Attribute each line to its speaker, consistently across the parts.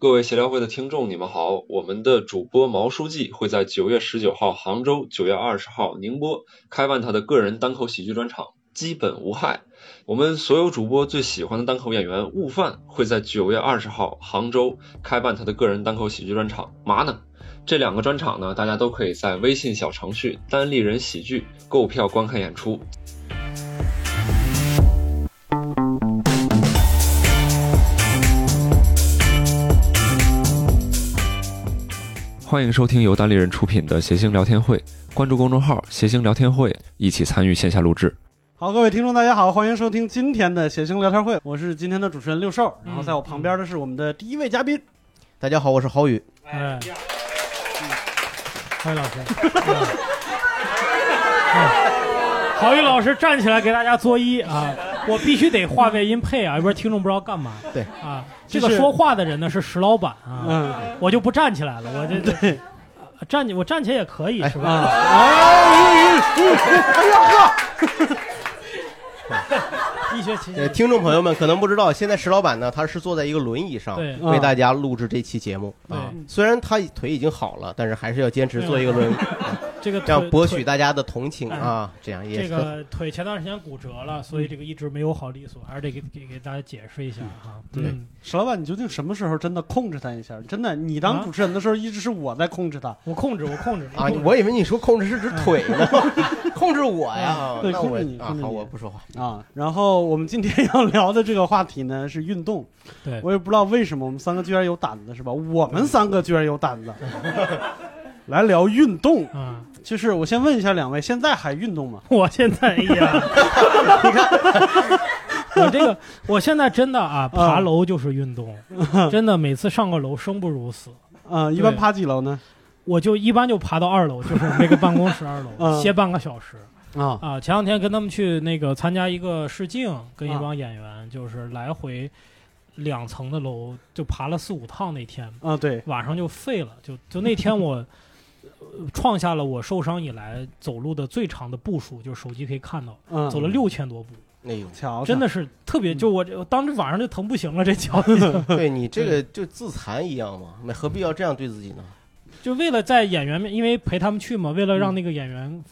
Speaker 1: 各位闲聊会的听众，你们好，我们的主播毛书记会在九月十九号杭州，九月二十号宁波开办他的个人单口喜剧专场《基本无害》。我们所有主播最喜欢的单口演员悟饭会在九月二十号杭州开办他的个人单口喜剧专场《麻呢》。这两个专场呢，大家都可以在微信小程序“单立人喜剧”购票观看演出。欢迎收听由单立人出品的《谐星聊天会》，关注公众号“谐星聊天会”，一起参与线下录制。
Speaker 2: 好，各位听众，大家好，欢迎收听今天的谐星聊天会，我是今天的主持人六兽，
Speaker 3: 嗯
Speaker 2: 然后在我旁边的是我们的第一位嘉宾，
Speaker 4: 大家好，我是郝宇。
Speaker 3: 哎，郝宇老师， 郝宇老师站起来给大家作揖啊！我必须得画面音配啊，要不然听众不知道干嘛。
Speaker 4: 对
Speaker 3: 啊，
Speaker 2: 这
Speaker 3: 这
Speaker 2: 是
Speaker 3: 个说话的人呢是石老板啊，
Speaker 2: 嗯，
Speaker 3: 我就不站起来了，我这这站起我站起来也可
Speaker 4: 哎
Speaker 3: 以是吧？
Speaker 4: 啊
Speaker 3: 医学奇
Speaker 4: 呃，听众朋友们可能不知道，现在石老板呢，他是坐在一个轮椅上，
Speaker 3: 对
Speaker 4: 为大家录制这期节目
Speaker 3: 对嗯
Speaker 4: 啊。虽然他腿已经好了，但是还是要坚持坐一个轮 椅，
Speaker 3: 啊
Speaker 4: 啊
Speaker 3: 这个
Speaker 4: 这样
Speaker 3: 腿
Speaker 4: 博
Speaker 3: 腿哎
Speaker 4: 取大家的同情啊。这样
Speaker 3: 这
Speaker 4: 也
Speaker 3: 个腿前段时间骨折了，所以这个一直没有好利索，还是得给给给大家解释一下啊。
Speaker 4: 对
Speaker 3: 嗯，
Speaker 2: 石老板，你究竟什么时候真的控制他一下？真的，你当
Speaker 3: 啊
Speaker 2: 主持人的时候，一直是我在控制他，
Speaker 3: 我控制，我控制
Speaker 4: 啊
Speaker 3: 控制，
Speaker 4: 我以为你说控制是指腿呢，控制我哎
Speaker 3: 哎
Speaker 4: 呀？
Speaker 2: 哎对
Speaker 4: 那
Speaker 2: 控制你
Speaker 4: 我啊
Speaker 2: 控，制
Speaker 4: 好，
Speaker 2: 你
Speaker 4: 我不说话。
Speaker 2: 啊，然后我们今天要聊的这个话题呢 是运动，
Speaker 3: 对
Speaker 2: 我也不知道为什么我们三个居然有胆子是吧？我们三个居然有胆 子来聊运动，
Speaker 3: 啊，
Speaker 2: 就是我先问一下两位，现在还运动吗？
Speaker 3: 我现在哎 呀，我这个我现在真的啊，
Speaker 2: 嗯
Speaker 4: 嗯
Speaker 3: 爬楼就是运动，真的每次上个楼生不如死。
Speaker 2: 啊，一般
Speaker 3: 对
Speaker 2: 爬几楼呢？
Speaker 3: 我就一般就爬到二楼，就是我们这个办公室二
Speaker 2: 嗯
Speaker 3: 楼，歇半个小时
Speaker 2: 啊，
Speaker 3: 啊。前两天跟他们去那个参加一个试镜，跟一
Speaker 2: 啊
Speaker 3: 帮演员就是来回两层的楼就爬了四五趟，那天
Speaker 2: 啊，对，
Speaker 3: 晚上就废了，就就那天我呃创下了我受伤以来走路的最长的步数，就是手机可以看到，
Speaker 2: 嗯，
Speaker 3: 走了六千多步。
Speaker 4: 哎呦，
Speaker 2: 瞧瞧，
Speaker 3: 真的是特别，
Speaker 2: 嗯
Speaker 3: 就我这我当时晚上就疼不行了，这 脚
Speaker 4: 对你这个就自残一样嘛，那何必要这样对自己呢？
Speaker 3: 就为了在演员面，因为陪他们去嘛，为了让那个演员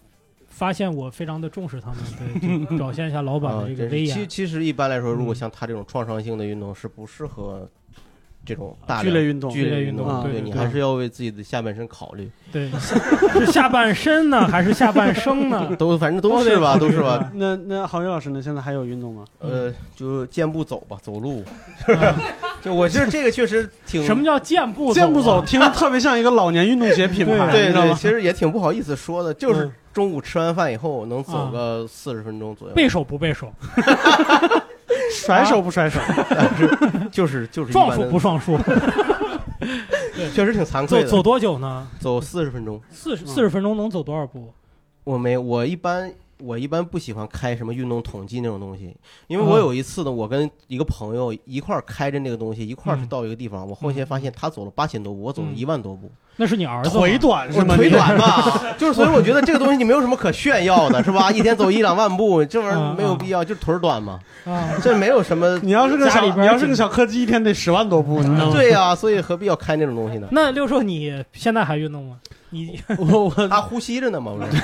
Speaker 3: 发现我非常的重视他们，对，就表现一下老板
Speaker 4: 啊
Speaker 3: 的，这个
Speaker 4: 真
Speaker 3: 威
Speaker 4: 是。其
Speaker 3: 严。
Speaker 4: 其实一般来说，如果
Speaker 3: 嗯
Speaker 4: 像他这种创伤性的运动是不适合这种大
Speaker 2: 剧
Speaker 4: 量
Speaker 2: 烈运动，
Speaker 4: 剧
Speaker 3: 啊烈
Speaker 4: 烈
Speaker 3: 运
Speaker 4: 运
Speaker 3: 动啊
Speaker 4: 动，
Speaker 2: 对
Speaker 4: 对
Speaker 3: 对
Speaker 4: 你
Speaker 3: 对
Speaker 4: 还是要为自己的下半身考虑，
Speaker 3: 对，是下半身呢， 还是下半生呢？
Speaker 4: 都反正都是吧，
Speaker 3: 都得考
Speaker 4: 都
Speaker 3: 虑
Speaker 4: 是吧，
Speaker 2: 哦 那那郝宇老师呢？现在还有运动吗？
Speaker 4: 呃，就健步走吧，走路。
Speaker 3: 啊
Speaker 4: 就我觉得这个确实挺
Speaker 3: 什么叫健步？ 啊
Speaker 2: 健步走，，听着特别像一个老年运动鞋品牌，你
Speaker 4: 对
Speaker 2: 知道
Speaker 4: 对，
Speaker 2: 吗？
Speaker 4: 其实也挺不好意思说的，就是
Speaker 2: 嗯
Speaker 4: 中午吃完饭以后能走个四十分钟左
Speaker 3: 啊
Speaker 4: 右，
Speaker 3: 背手不背 手，
Speaker 2: 甩手不甩手？
Speaker 4: 啊就是就是一
Speaker 3: 撞
Speaker 4: 般
Speaker 3: 树不
Speaker 4: 的，
Speaker 3: 撞 树。
Speaker 4: 确实挺惭
Speaker 3: 走
Speaker 4: 愧
Speaker 3: 走
Speaker 4: 的。
Speaker 3: 多久呢？
Speaker 4: 走四十分钟，
Speaker 3: 四
Speaker 2: 嗯
Speaker 3: 十四十分钟能走多少步？
Speaker 4: 我没我一般。我一般不喜欢开什么运动统计那种东西，因为我
Speaker 3: 嗯
Speaker 4: 有一次呢，我跟一个朋友一块儿开着那个东西，一块儿去
Speaker 3: 嗯
Speaker 4: 到一个地方，我后先发现他走了八千多步，我走了
Speaker 3: 嗯
Speaker 4: 一万多步，
Speaker 3: 那是你儿子吗
Speaker 2: 腿短是
Speaker 4: 我
Speaker 2: 吗？
Speaker 4: 腿
Speaker 2: 你
Speaker 4: 短 吧，就是所以我觉得这个东西你没有什么可炫耀的，是吧？一天走一两万步，这玩意儿没有必要，就是腿儿短嘛，
Speaker 3: 啊，
Speaker 4: 这没有什么。
Speaker 2: 嗯你要是个
Speaker 3: 家里
Speaker 2: 小，
Speaker 3: 边
Speaker 2: 你要是个小柯基，一天得十万多步，你知道吗？
Speaker 4: 对呀、所以何必要开那种东西呢？
Speaker 3: 那六叔，你现在还运动吗？你
Speaker 2: 我我
Speaker 4: 他呼吸着呢嘛，不是？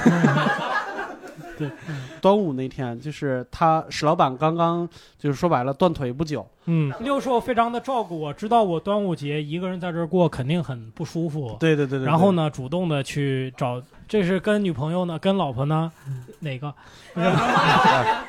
Speaker 2: 端午那天，就是他史老板刚刚就是说白了断腿不久，
Speaker 3: 嗯，六叔非常的照顾我，知道我端午节一个人在这儿过肯定很不舒服。
Speaker 2: 对对对对。
Speaker 3: 然后？呢，主动的去找，这是跟女朋友呢，跟老婆 呢，哪个？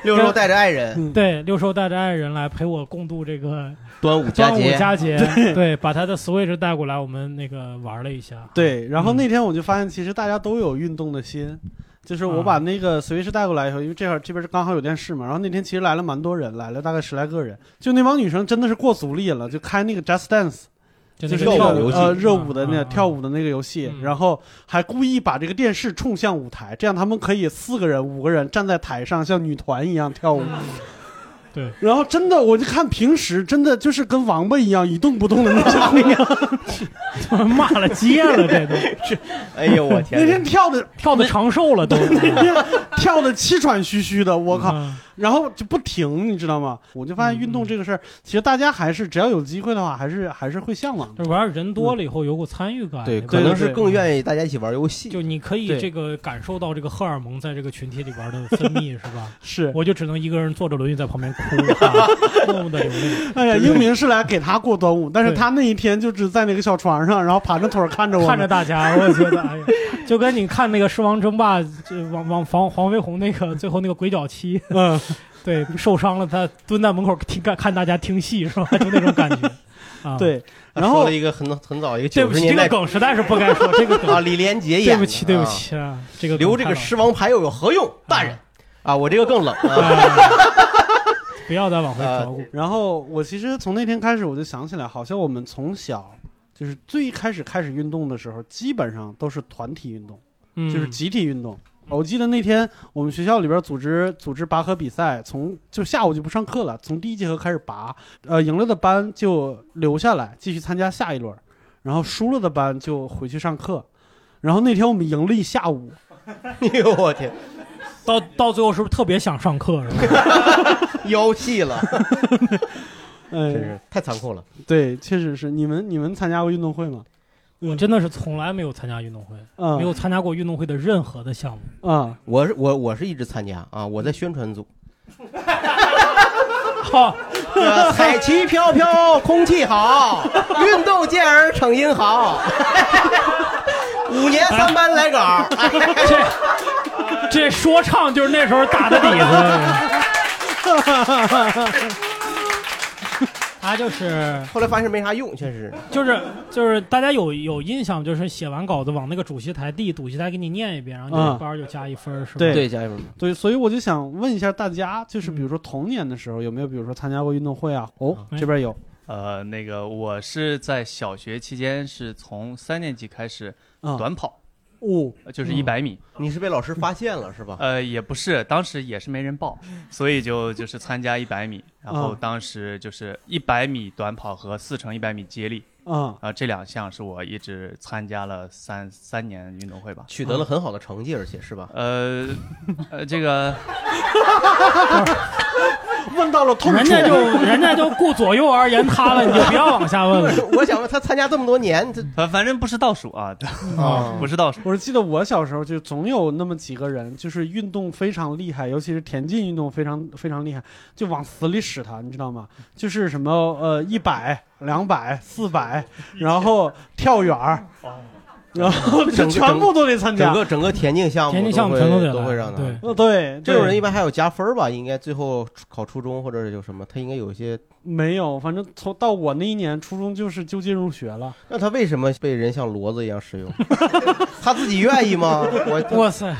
Speaker 4: 六兽带着爱人，
Speaker 2: 嗯
Speaker 3: 对，六叔带着爱人来陪我共度这个
Speaker 4: 端午佳
Speaker 3: 端午
Speaker 4: 节，
Speaker 3: 佳 节。对，把他的 Switch 带过来，我们那个玩了一下。
Speaker 2: 对，然后
Speaker 3: 嗯
Speaker 2: 那天我就发现，其实大家都有运动的心。就是
Speaker 3: 啊
Speaker 2: 我把那个随时带过来以后，因为这会儿这边刚好有电视嘛，然后那天其实来了蛮多人，来了大概十来个人，就那帮女生真的是过足力了，就开那个 Just Dance，
Speaker 3: 就
Speaker 2: 就是是
Speaker 4: 跳
Speaker 3: 跳
Speaker 4: 舞游戏
Speaker 2: 呃热舞的那
Speaker 3: 啊
Speaker 2: 个
Speaker 3: 啊
Speaker 2: 跳舞的那个游戏，
Speaker 3: 嗯
Speaker 2: 然后还故意把这个电视冲向舞台，这样他们可以四个人、五个人站在台上，像女团一样跳 舞。
Speaker 3: 对，
Speaker 2: 然后真的，我就看平时真的就是跟王八一样一动不动的那种那样，
Speaker 3: 骂了街了，这都
Speaker 4: 哎呦我
Speaker 2: 那
Speaker 4: 天
Speaker 2: 天
Speaker 4: 哪！
Speaker 2: 跳的
Speaker 3: 跳的长寿了都。
Speaker 2: 跳的气喘吁吁的，我靠！
Speaker 3: 嗯
Speaker 2: 然后就不停，你知道吗？我就发现运动这个事儿，其实大家还是只要有机会的话，还是还是会向往的。
Speaker 3: 就是玩儿人多了以后有股参与感，
Speaker 4: 对，
Speaker 3: 吧
Speaker 4: 可能是
Speaker 2: 对
Speaker 4: 更愿意大家一起玩游戏。
Speaker 3: 就你可以
Speaker 2: 对
Speaker 3: 这个感受到这个荷尔蒙在这个群体里边的分泌，是 吧？
Speaker 2: 是，
Speaker 3: 我就只能一个人坐着轮椅在旁边 哭，啊默默的流泪，
Speaker 2: 哎呀，英明是来给他过端午，但是
Speaker 3: 对
Speaker 2: 他那一天就只在那个小床上，然后盘着腿儿看着我们，
Speaker 3: 看着大家，我觉得哎呀， 就跟你看那个《狮王争霸》这王王黄黄飞鸿那个最后那个鬼脚七，
Speaker 2: 嗯，
Speaker 3: 对，受伤了，他蹲在门口听看看大家听戏是吧？就那种感觉啊。，
Speaker 2: 对，
Speaker 4: 啊
Speaker 2: 然
Speaker 4: 说
Speaker 2: 后
Speaker 4: 了一个很很早一个
Speaker 3: 对
Speaker 4: 九
Speaker 3: 不
Speaker 4: 十
Speaker 3: 起，这
Speaker 4: 年
Speaker 3: 个
Speaker 4: 代
Speaker 3: 梗实在是不该说，这个
Speaker 4: 啊，
Speaker 3: 梗，
Speaker 4: 李连杰演
Speaker 3: 对
Speaker 4: 的
Speaker 3: 不起，对不
Speaker 4: 啊
Speaker 3: 起啊，这个梗
Speaker 4: 留这个
Speaker 3: 太
Speaker 4: 狮王牌又有何用，大人 啊！我这个 更冷
Speaker 3: 老
Speaker 4: 啊，
Speaker 3: 了啊哎不要再往回
Speaker 4: 啊
Speaker 3: 捣鼓。
Speaker 2: 然后我其实从那天开始，我就想起来，好像我们从小就是最开始开始运动的时候，基本上都是团体运动，
Speaker 3: 嗯
Speaker 2: 就是集体运动。我记得那天我们学校里边组织组织拔河比赛，从就下午就不上课了，从第一节课开始拔，呃，赢了的班就留下来继续参加下一轮，然后输了的班就回去上课。然后那天我们赢了一下午，
Speaker 4: 哎呦我天，
Speaker 3: 到到最后是不是特别想上课是吧？
Speaker 4: 腰细了，
Speaker 2: 哎
Speaker 4: 真，是太残酷了。
Speaker 2: 对，确实是。你们你们参加过运动会吗？
Speaker 3: 我真的是从来没有参加运动会，
Speaker 2: 嗯，
Speaker 3: 没有参加过运动会的任何的项目。
Speaker 2: 啊，
Speaker 4: 我是我我是一直参加啊，我在宣传组，
Speaker 3: 哈，
Speaker 4: 对吧
Speaker 3: 哎
Speaker 4: 彩旗飘飘，空气好，运动健儿逞英豪，五年三班来稿，哎
Speaker 3: 这这说唱就是那时候打的底子。 他就是
Speaker 4: 后来发现没啥用，确实
Speaker 3: 就是就是大家有有印象，就是写完稿子往那个主席台递，主席台给你念一遍，然后你
Speaker 2: 嗯
Speaker 3: 这班儿就加一分儿，是吧？
Speaker 2: 对
Speaker 4: 加一分。
Speaker 2: 对，所以我就想问一下大家，就是比如说童年的时候有没有，比如说参加过运动会啊？哦，
Speaker 3: 嗯
Speaker 2: 这边有，
Speaker 5: 呃，那个我是在小学期间是从三年级开始
Speaker 2: 啊，
Speaker 5: 短跑，
Speaker 2: 哦，
Speaker 5: 呃就是
Speaker 3: 嗯
Speaker 5: 一百米。
Speaker 4: 你是被老师发现了是吧？
Speaker 5: 呃，也不是，当时也是没人报，所以就 就是参加一百米，然后
Speaker 4: 啊
Speaker 2: 嗯
Speaker 5: 当时就是一百米短跑和四乘一百米接力，
Speaker 2: 啊，
Speaker 5: 啊，这两项是我一直参加了三三年运动会吧。
Speaker 4: 取得了很好的成绩，而且是吧？
Speaker 5: 呃，呃，这个
Speaker 2: 问到了痛
Speaker 3: 人
Speaker 2: 处，
Speaker 3: 家就人家就顾左右而 言他了，你就不要往下问
Speaker 4: 不
Speaker 3: 了
Speaker 4: 是。， 我想问他参加这么多年，这
Speaker 5: 反反正不是倒数啊，
Speaker 4: 啊
Speaker 5: 不是倒数。
Speaker 2: 嗯我是记得我小时候就总有那么几个人，就是运动非常厉害，尤其是田径运动非常非常厉害，就往死里使他，你知道吗？就是什么呃一百、两百、四百，然后跳远儿，
Speaker 5: 哦
Speaker 2: 然 后就
Speaker 4: 整个
Speaker 2: 全部都得参
Speaker 4: 整
Speaker 2: 加。
Speaker 4: 个整个田径项目，
Speaker 3: 田径项目全
Speaker 4: 都
Speaker 3: 都得
Speaker 4: 会
Speaker 3: 来
Speaker 4: 会让他。
Speaker 3: 对，
Speaker 2: 呃，对，
Speaker 4: 这种人
Speaker 2: 对
Speaker 4: 一般还有加分儿吧？应该最后考初中或者是有什么，他应该有一些。
Speaker 2: 没有，反正从到我那一年初中就是就近入学了。
Speaker 4: 那他为什么被人像骡子一样使用？ 他自己愿意 吗？我
Speaker 3: 哇塞，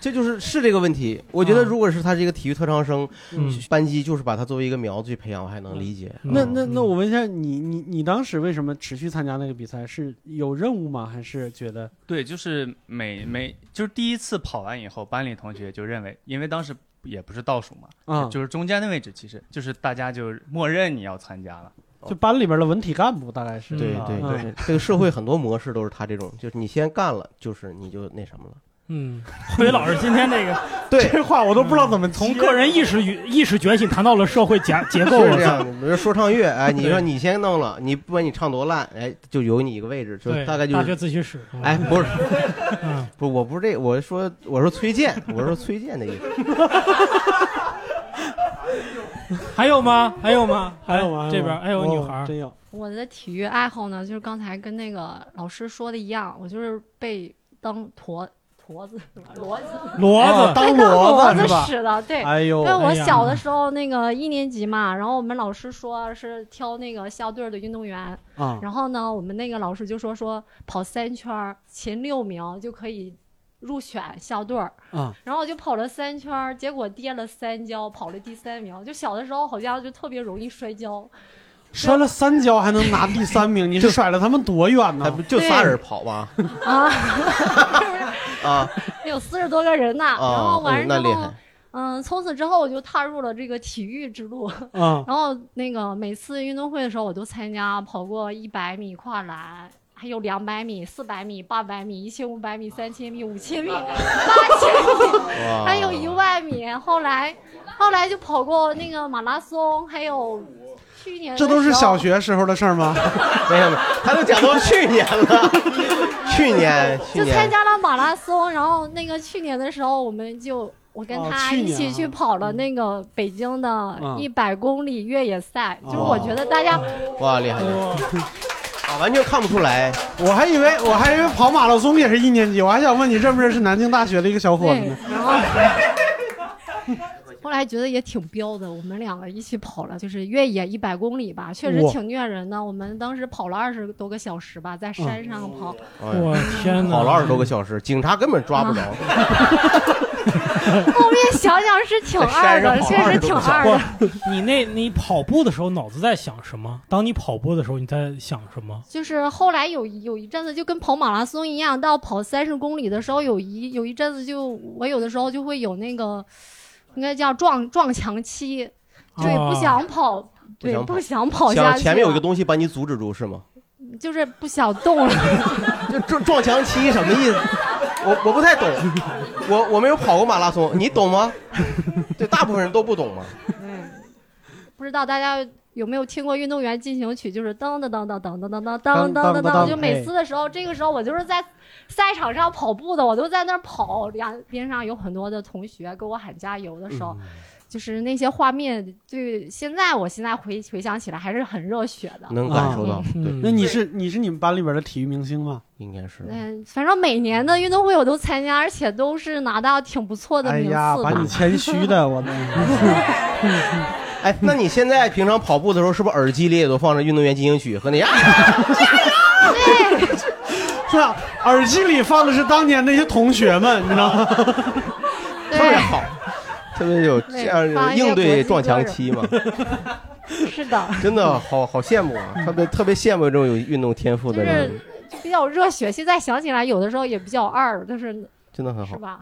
Speaker 4: 这就是是这个问题。我觉得
Speaker 3: 啊
Speaker 4: 如果是他是一个体育特长生，
Speaker 3: 嗯
Speaker 4: 班级就是把他作为一个苗子去培养，我还能理解。
Speaker 2: 那那
Speaker 5: 嗯
Speaker 3: 嗯
Speaker 2: 那我问一下你，你你当时为什么持续参加那个比赛？是有任务吗？还是觉得
Speaker 5: 对，就是每每就是第一次跑完以后，班里同学就认为，因为当时也不是倒数嘛，
Speaker 3: 嗯
Speaker 2: 啊，
Speaker 5: 就是中间的位置，其实就是大家就默认你要参加了。
Speaker 2: 就班里边的文体干部大概是？
Speaker 4: 对对
Speaker 2: 嗯
Speaker 4: 对，啊这个社会很多模式都是他这种，就是你先干了，就是你就那什么了。
Speaker 3: 嗯，所以老师今天这 个
Speaker 4: 对，
Speaker 2: 这话我都不知道怎么
Speaker 3: 从个人意识与意识觉醒谈到了社会结结构
Speaker 4: 是
Speaker 3: 了，
Speaker 4: 这样的，比如说说唱乐，哎，你说
Speaker 3: 对
Speaker 4: 你先弄了，你不管你唱多烂，哎，就有你一个位置，就
Speaker 3: 对，
Speaker 4: 大概就
Speaker 3: 大
Speaker 4: 是
Speaker 3: 学，自习室，嗯
Speaker 4: 哎，，不是
Speaker 3: 嗯，
Speaker 4: 不是，我不是这，我说我说崔健，我说崔健的意思，
Speaker 3: 还有吗？啊还有吗？
Speaker 2: 还有吗？
Speaker 3: 哎这边还有
Speaker 2: 哦
Speaker 3: 女孩儿，
Speaker 2: 真有
Speaker 6: 我的体育爱好呢，就是刚才跟那个老师说的一样，我就是被当驼驼 子、骡子、
Speaker 3: 骡
Speaker 2: 啊
Speaker 3: 子，
Speaker 2: 当
Speaker 6: 被当骡
Speaker 2: 骡是
Speaker 6: 子
Speaker 2: 吧？
Speaker 6: 使的。对，
Speaker 2: 哎呦
Speaker 6: 因为，我
Speaker 3: 哎呀
Speaker 6: 小的时候那个一年级嘛，然后我们老师说是挑那个校队儿的运动员，
Speaker 2: 啊，
Speaker 6: 然后呢，我们那个老师就说说跑三圈儿前六名就可以入选校队儿。
Speaker 2: 啊，
Speaker 6: 然后我就跑了三圈儿，结果跌了三跤，跑了第三名。就小的时候好像就特别容易摔跤，
Speaker 2: 摔了三跤还能拿第三 名，你是甩了他们多远
Speaker 4: 他
Speaker 2: 呢
Speaker 4: 不？就仨人跑吗？
Speaker 6: 啊， 是不是？
Speaker 4: 啊
Speaker 6: 有四十多个人呐。然
Speaker 4: 啊
Speaker 6: 后，完
Speaker 4: 哎
Speaker 6: 了
Speaker 4: 那
Speaker 6: 之
Speaker 4: 厉
Speaker 6: 后
Speaker 4: 害，，
Speaker 6: 嗯，从此之后我就踏入了这个体育之路。
Speaker 2: 啊，
Speaker 6: 然后那个每次运动会的时候，我都参加，跑过一百米跨栏。还有两百米、四百米、八百米、一千五百米、三千米、五千米、八千米，
Speaker 4: 哇
Speaker 6: 还有一万米。后来后来就跑过那个马拉松，还有去年的
Speaker 2: 这都是
Speaker 6: 时候
Speaker 2: 小学时候的事儿吗？
Speaker 4: 没有没有，他都讲到去年了，去年去
Speaker 6: 就参
Speaker 4: 年
Speaker 6: 加了马拉松，然后那个去年的时候，我们就我跟
Speaker 2: 哦
Speaker 6: 他
Speaker 2: 去
Speaker 6: 一
Speaker 2: 年
Speaker 6: 起
Speaker 2: 啊
Speaker 6: 去跑了那个北京的
Speaker 2: 嗯
Speaker 6: 一百公里越野赛，就是
Speaker 2: 哦
Speaker 6: 我觉得大家
Speaker 4: 哇厉害，厉害啊完全看不出来，
Speaker 2: 我还以为我还以为跑马拉松也是一年级，我还想问你认不认识南京大学的一个小伙子
Speaker 6: 对
Speaker 2: 呢？，
Speaker 6: 然后后来觉得也挺彪的，我们两个一起跑了，就是越野一百公里吧，确实
Speaker 2: 哇
Speaker 6: 挺虐人的。我们当时跑了二十多个小时吧，
Speaker 2: 嗯
Speaker 6: 在山上跑，
Speaker 4: 哎呀
Speaker 3: 我天哪！
Speaker 4: 跑了二十多个小时，警察根本抓不着，
Speaker 2: 啊
Speaker 6: 后面想想是挺
Speaker 4: 在山
Speaker 6: 二
Speaker 4: 上
Speaker 6: 的，
Speaker 4: 跑
Speaker 6: 确
Speaker 4: 二
Speaker 6: 实
Speaker 4: 十多
Speaker 6: 挺
Speaker 4: 个小时
Speaker 6: 二的。
Speaker 3: 不，你那你跑步的时候脑子在想什么？当你跑步的时候你在想什么？
Speaker 6: 就是后来有一有一阵子就跟跑马拉松一样，到跑三十公里的时候，有一有一阵子就我有的时候就会有那个，应该叫撞撞墙期，对，
Speaker 3: 啊
Speaker 6: 不想跑，对，
Speaker 4: 想跑
Speaker 6: 不想跑下
Speaker 4: 想
Speaker 6: 去，啊
Speaker 4: 前面有一个东西把你阻止住是吗？
Speaker 6: 就是不想动了。
Speaker 4: 这撞撞墙期什么意思？我我不太懂，我我没有跑过马拉松，你懂吗？对，大部分人都不懂嘛。
Speaker 6: 嗯不知道大家有没有听过运动员进行曲，就是噔噔噔噔噔噔噔噔噔噔噔噔，就每次的时候，这个时候我就是在赛场上跑步的，我都在那儿跑，两边上有很多的同学给我喊加油的时候。就是那些画面，对现在我现在回回想起来还是很热血的。
Speaker 4: 能
Speaker 2: 感
Speaker 4: 感
Speaker 2: 受
Speaker 4: 受
Speaker 3: 到
Speaker 4: 到，
Speaker 3: 嗯对
Speaker 4: 对，
Speaker 2: 啊那你是你是你们班里边的体育明星吗？
Speaker 4: 应该是。
Speaker 6: 嗯，反正每年的运动会我都参加，而且都是拿到挺不错的
Speaker 2: 哎
Speaker 6: 名次
Speaker 2: 呀，把
Speaker 6: 吧
Speaker 2: 你。谦虚的，我的
Speaker 4: 哎，那你现在平常跑步的时候，是不是耳机里也都放着运动员进行曲和那呀？
Speaker 2: 是吧？耳机里放的是当年那些同学们，你知道吗？
Speaker 4: 特别
Speaker 6: 对，
Speaker 4: 好，特别有这 样
Speaker 6: 对发一些
Speaker 4: 应对
Speaker 6: 国际
Speaker 4: 撞
Speaker 6: 歌
Speaker 4: 墙
Speaker 6: 手
Speaker 4: 期嘛，
Speaker 6: 是的，嗯
Speaker 4: 真的好好羡慕啊！特别特别羡慕这种有运动天赋
Speaker 6: 就
Speaker 4: 的人
Speaker 6: 是，就比较热血。现在想起来，有的时候也比较二，就是
Speaker 4: 真的很
Speaker 3: 哦
Speaker 6: 是
Speaker 4: 好。
Speaker 6: 吧？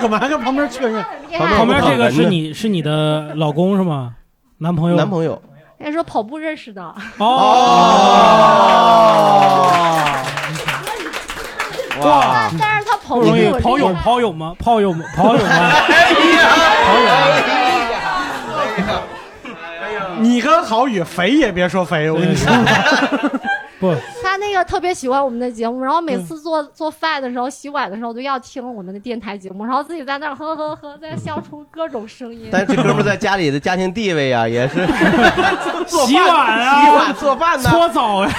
Speaker 2: 干嘛跟旁边确 认？
Speaker 6: 很厉
Speaker 4: 旁
Speaker 6: 害
Speaker 3: 旁
Speaker 4: 边
Speaker 3: 边这个是你是你的老公是吗？男朋友？
Speaker 4: 男朋友
Speaker 6: 人家说跑步认识的，
Speaker 3: 哦，
Speaker 4: 哇，
Speaker 6: 但是他跑
Speaker 3: 不
Speaker 6: 步
Speaker 3: 容易
Speaker 6: 比我，
Speaker 3: 跑友
Speaker 6: 厉害
Speaker 3: 跑友吗？跑友吗？
Speaker 2: 哎
Speaker 3: 跑友吗？跑友吗？
Speaker 2: 你跟郝宇肥也别说肥，我跟你说，
Speaker 3: 不，
Speaker 6: 他那个特别喜欢我们的节目，然后每次
Speaker 3: 嗯
Speaker 6: 做做饭的时候、洗碗的时候都要听我们的电台节目，然后自己在那儿呵呵呵，在笑出各种声音。
Speaker 4: 但是这哥们儿在家里的家庭地位啊，也是做
Speaker 3: 洗
Speaker 4: 饭
Speaker 3: 碗啊
Speaker 4: 洗碗、做饭呢、
Speaker 3: 搓澡呀，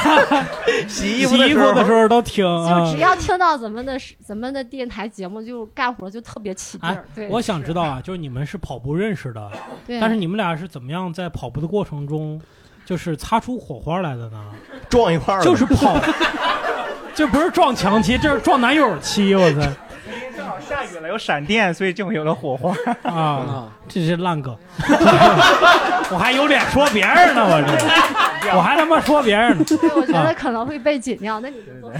Speaker 4: 洗
Speaker 3: 洗
Speaker 4: 衣服
Speaker 3: 衣服的
Speaker 4: 的
Speaker 3: 时
Speaker 4: 时候，
Speaker 3: 候都听
Speaker 6: 就
Speaker 3: 啊
Speaker 6: 只。要听到咱们的咱们的电台节目，就干活就特别起劲
Speaker 3: 哎
Speaker 6: 儿。对，
Speaker 3: 我想知道啊，就是你们是跑步认识的，
Speaker 6: 对，
Speaker 3: 但是你们俩是怎么样在跑步的过程中，就是擦出火花来的呢？
Speaker 4: 撞一块儿了，
Speaker 3: 就是跑，这不是撞墙期，这是撞男友期，我操！
Speaker 5: 正好下雨了，有闪电，所以就有了火花。
Speaker 3: 啊，这是烂梗， 我还有脸说别人呢，我这，我还他妈说别人呢。
Speaker 6: 对我觉
Speaker 3: 啊
Speaker 6: 得可能会被剪掉。那你就做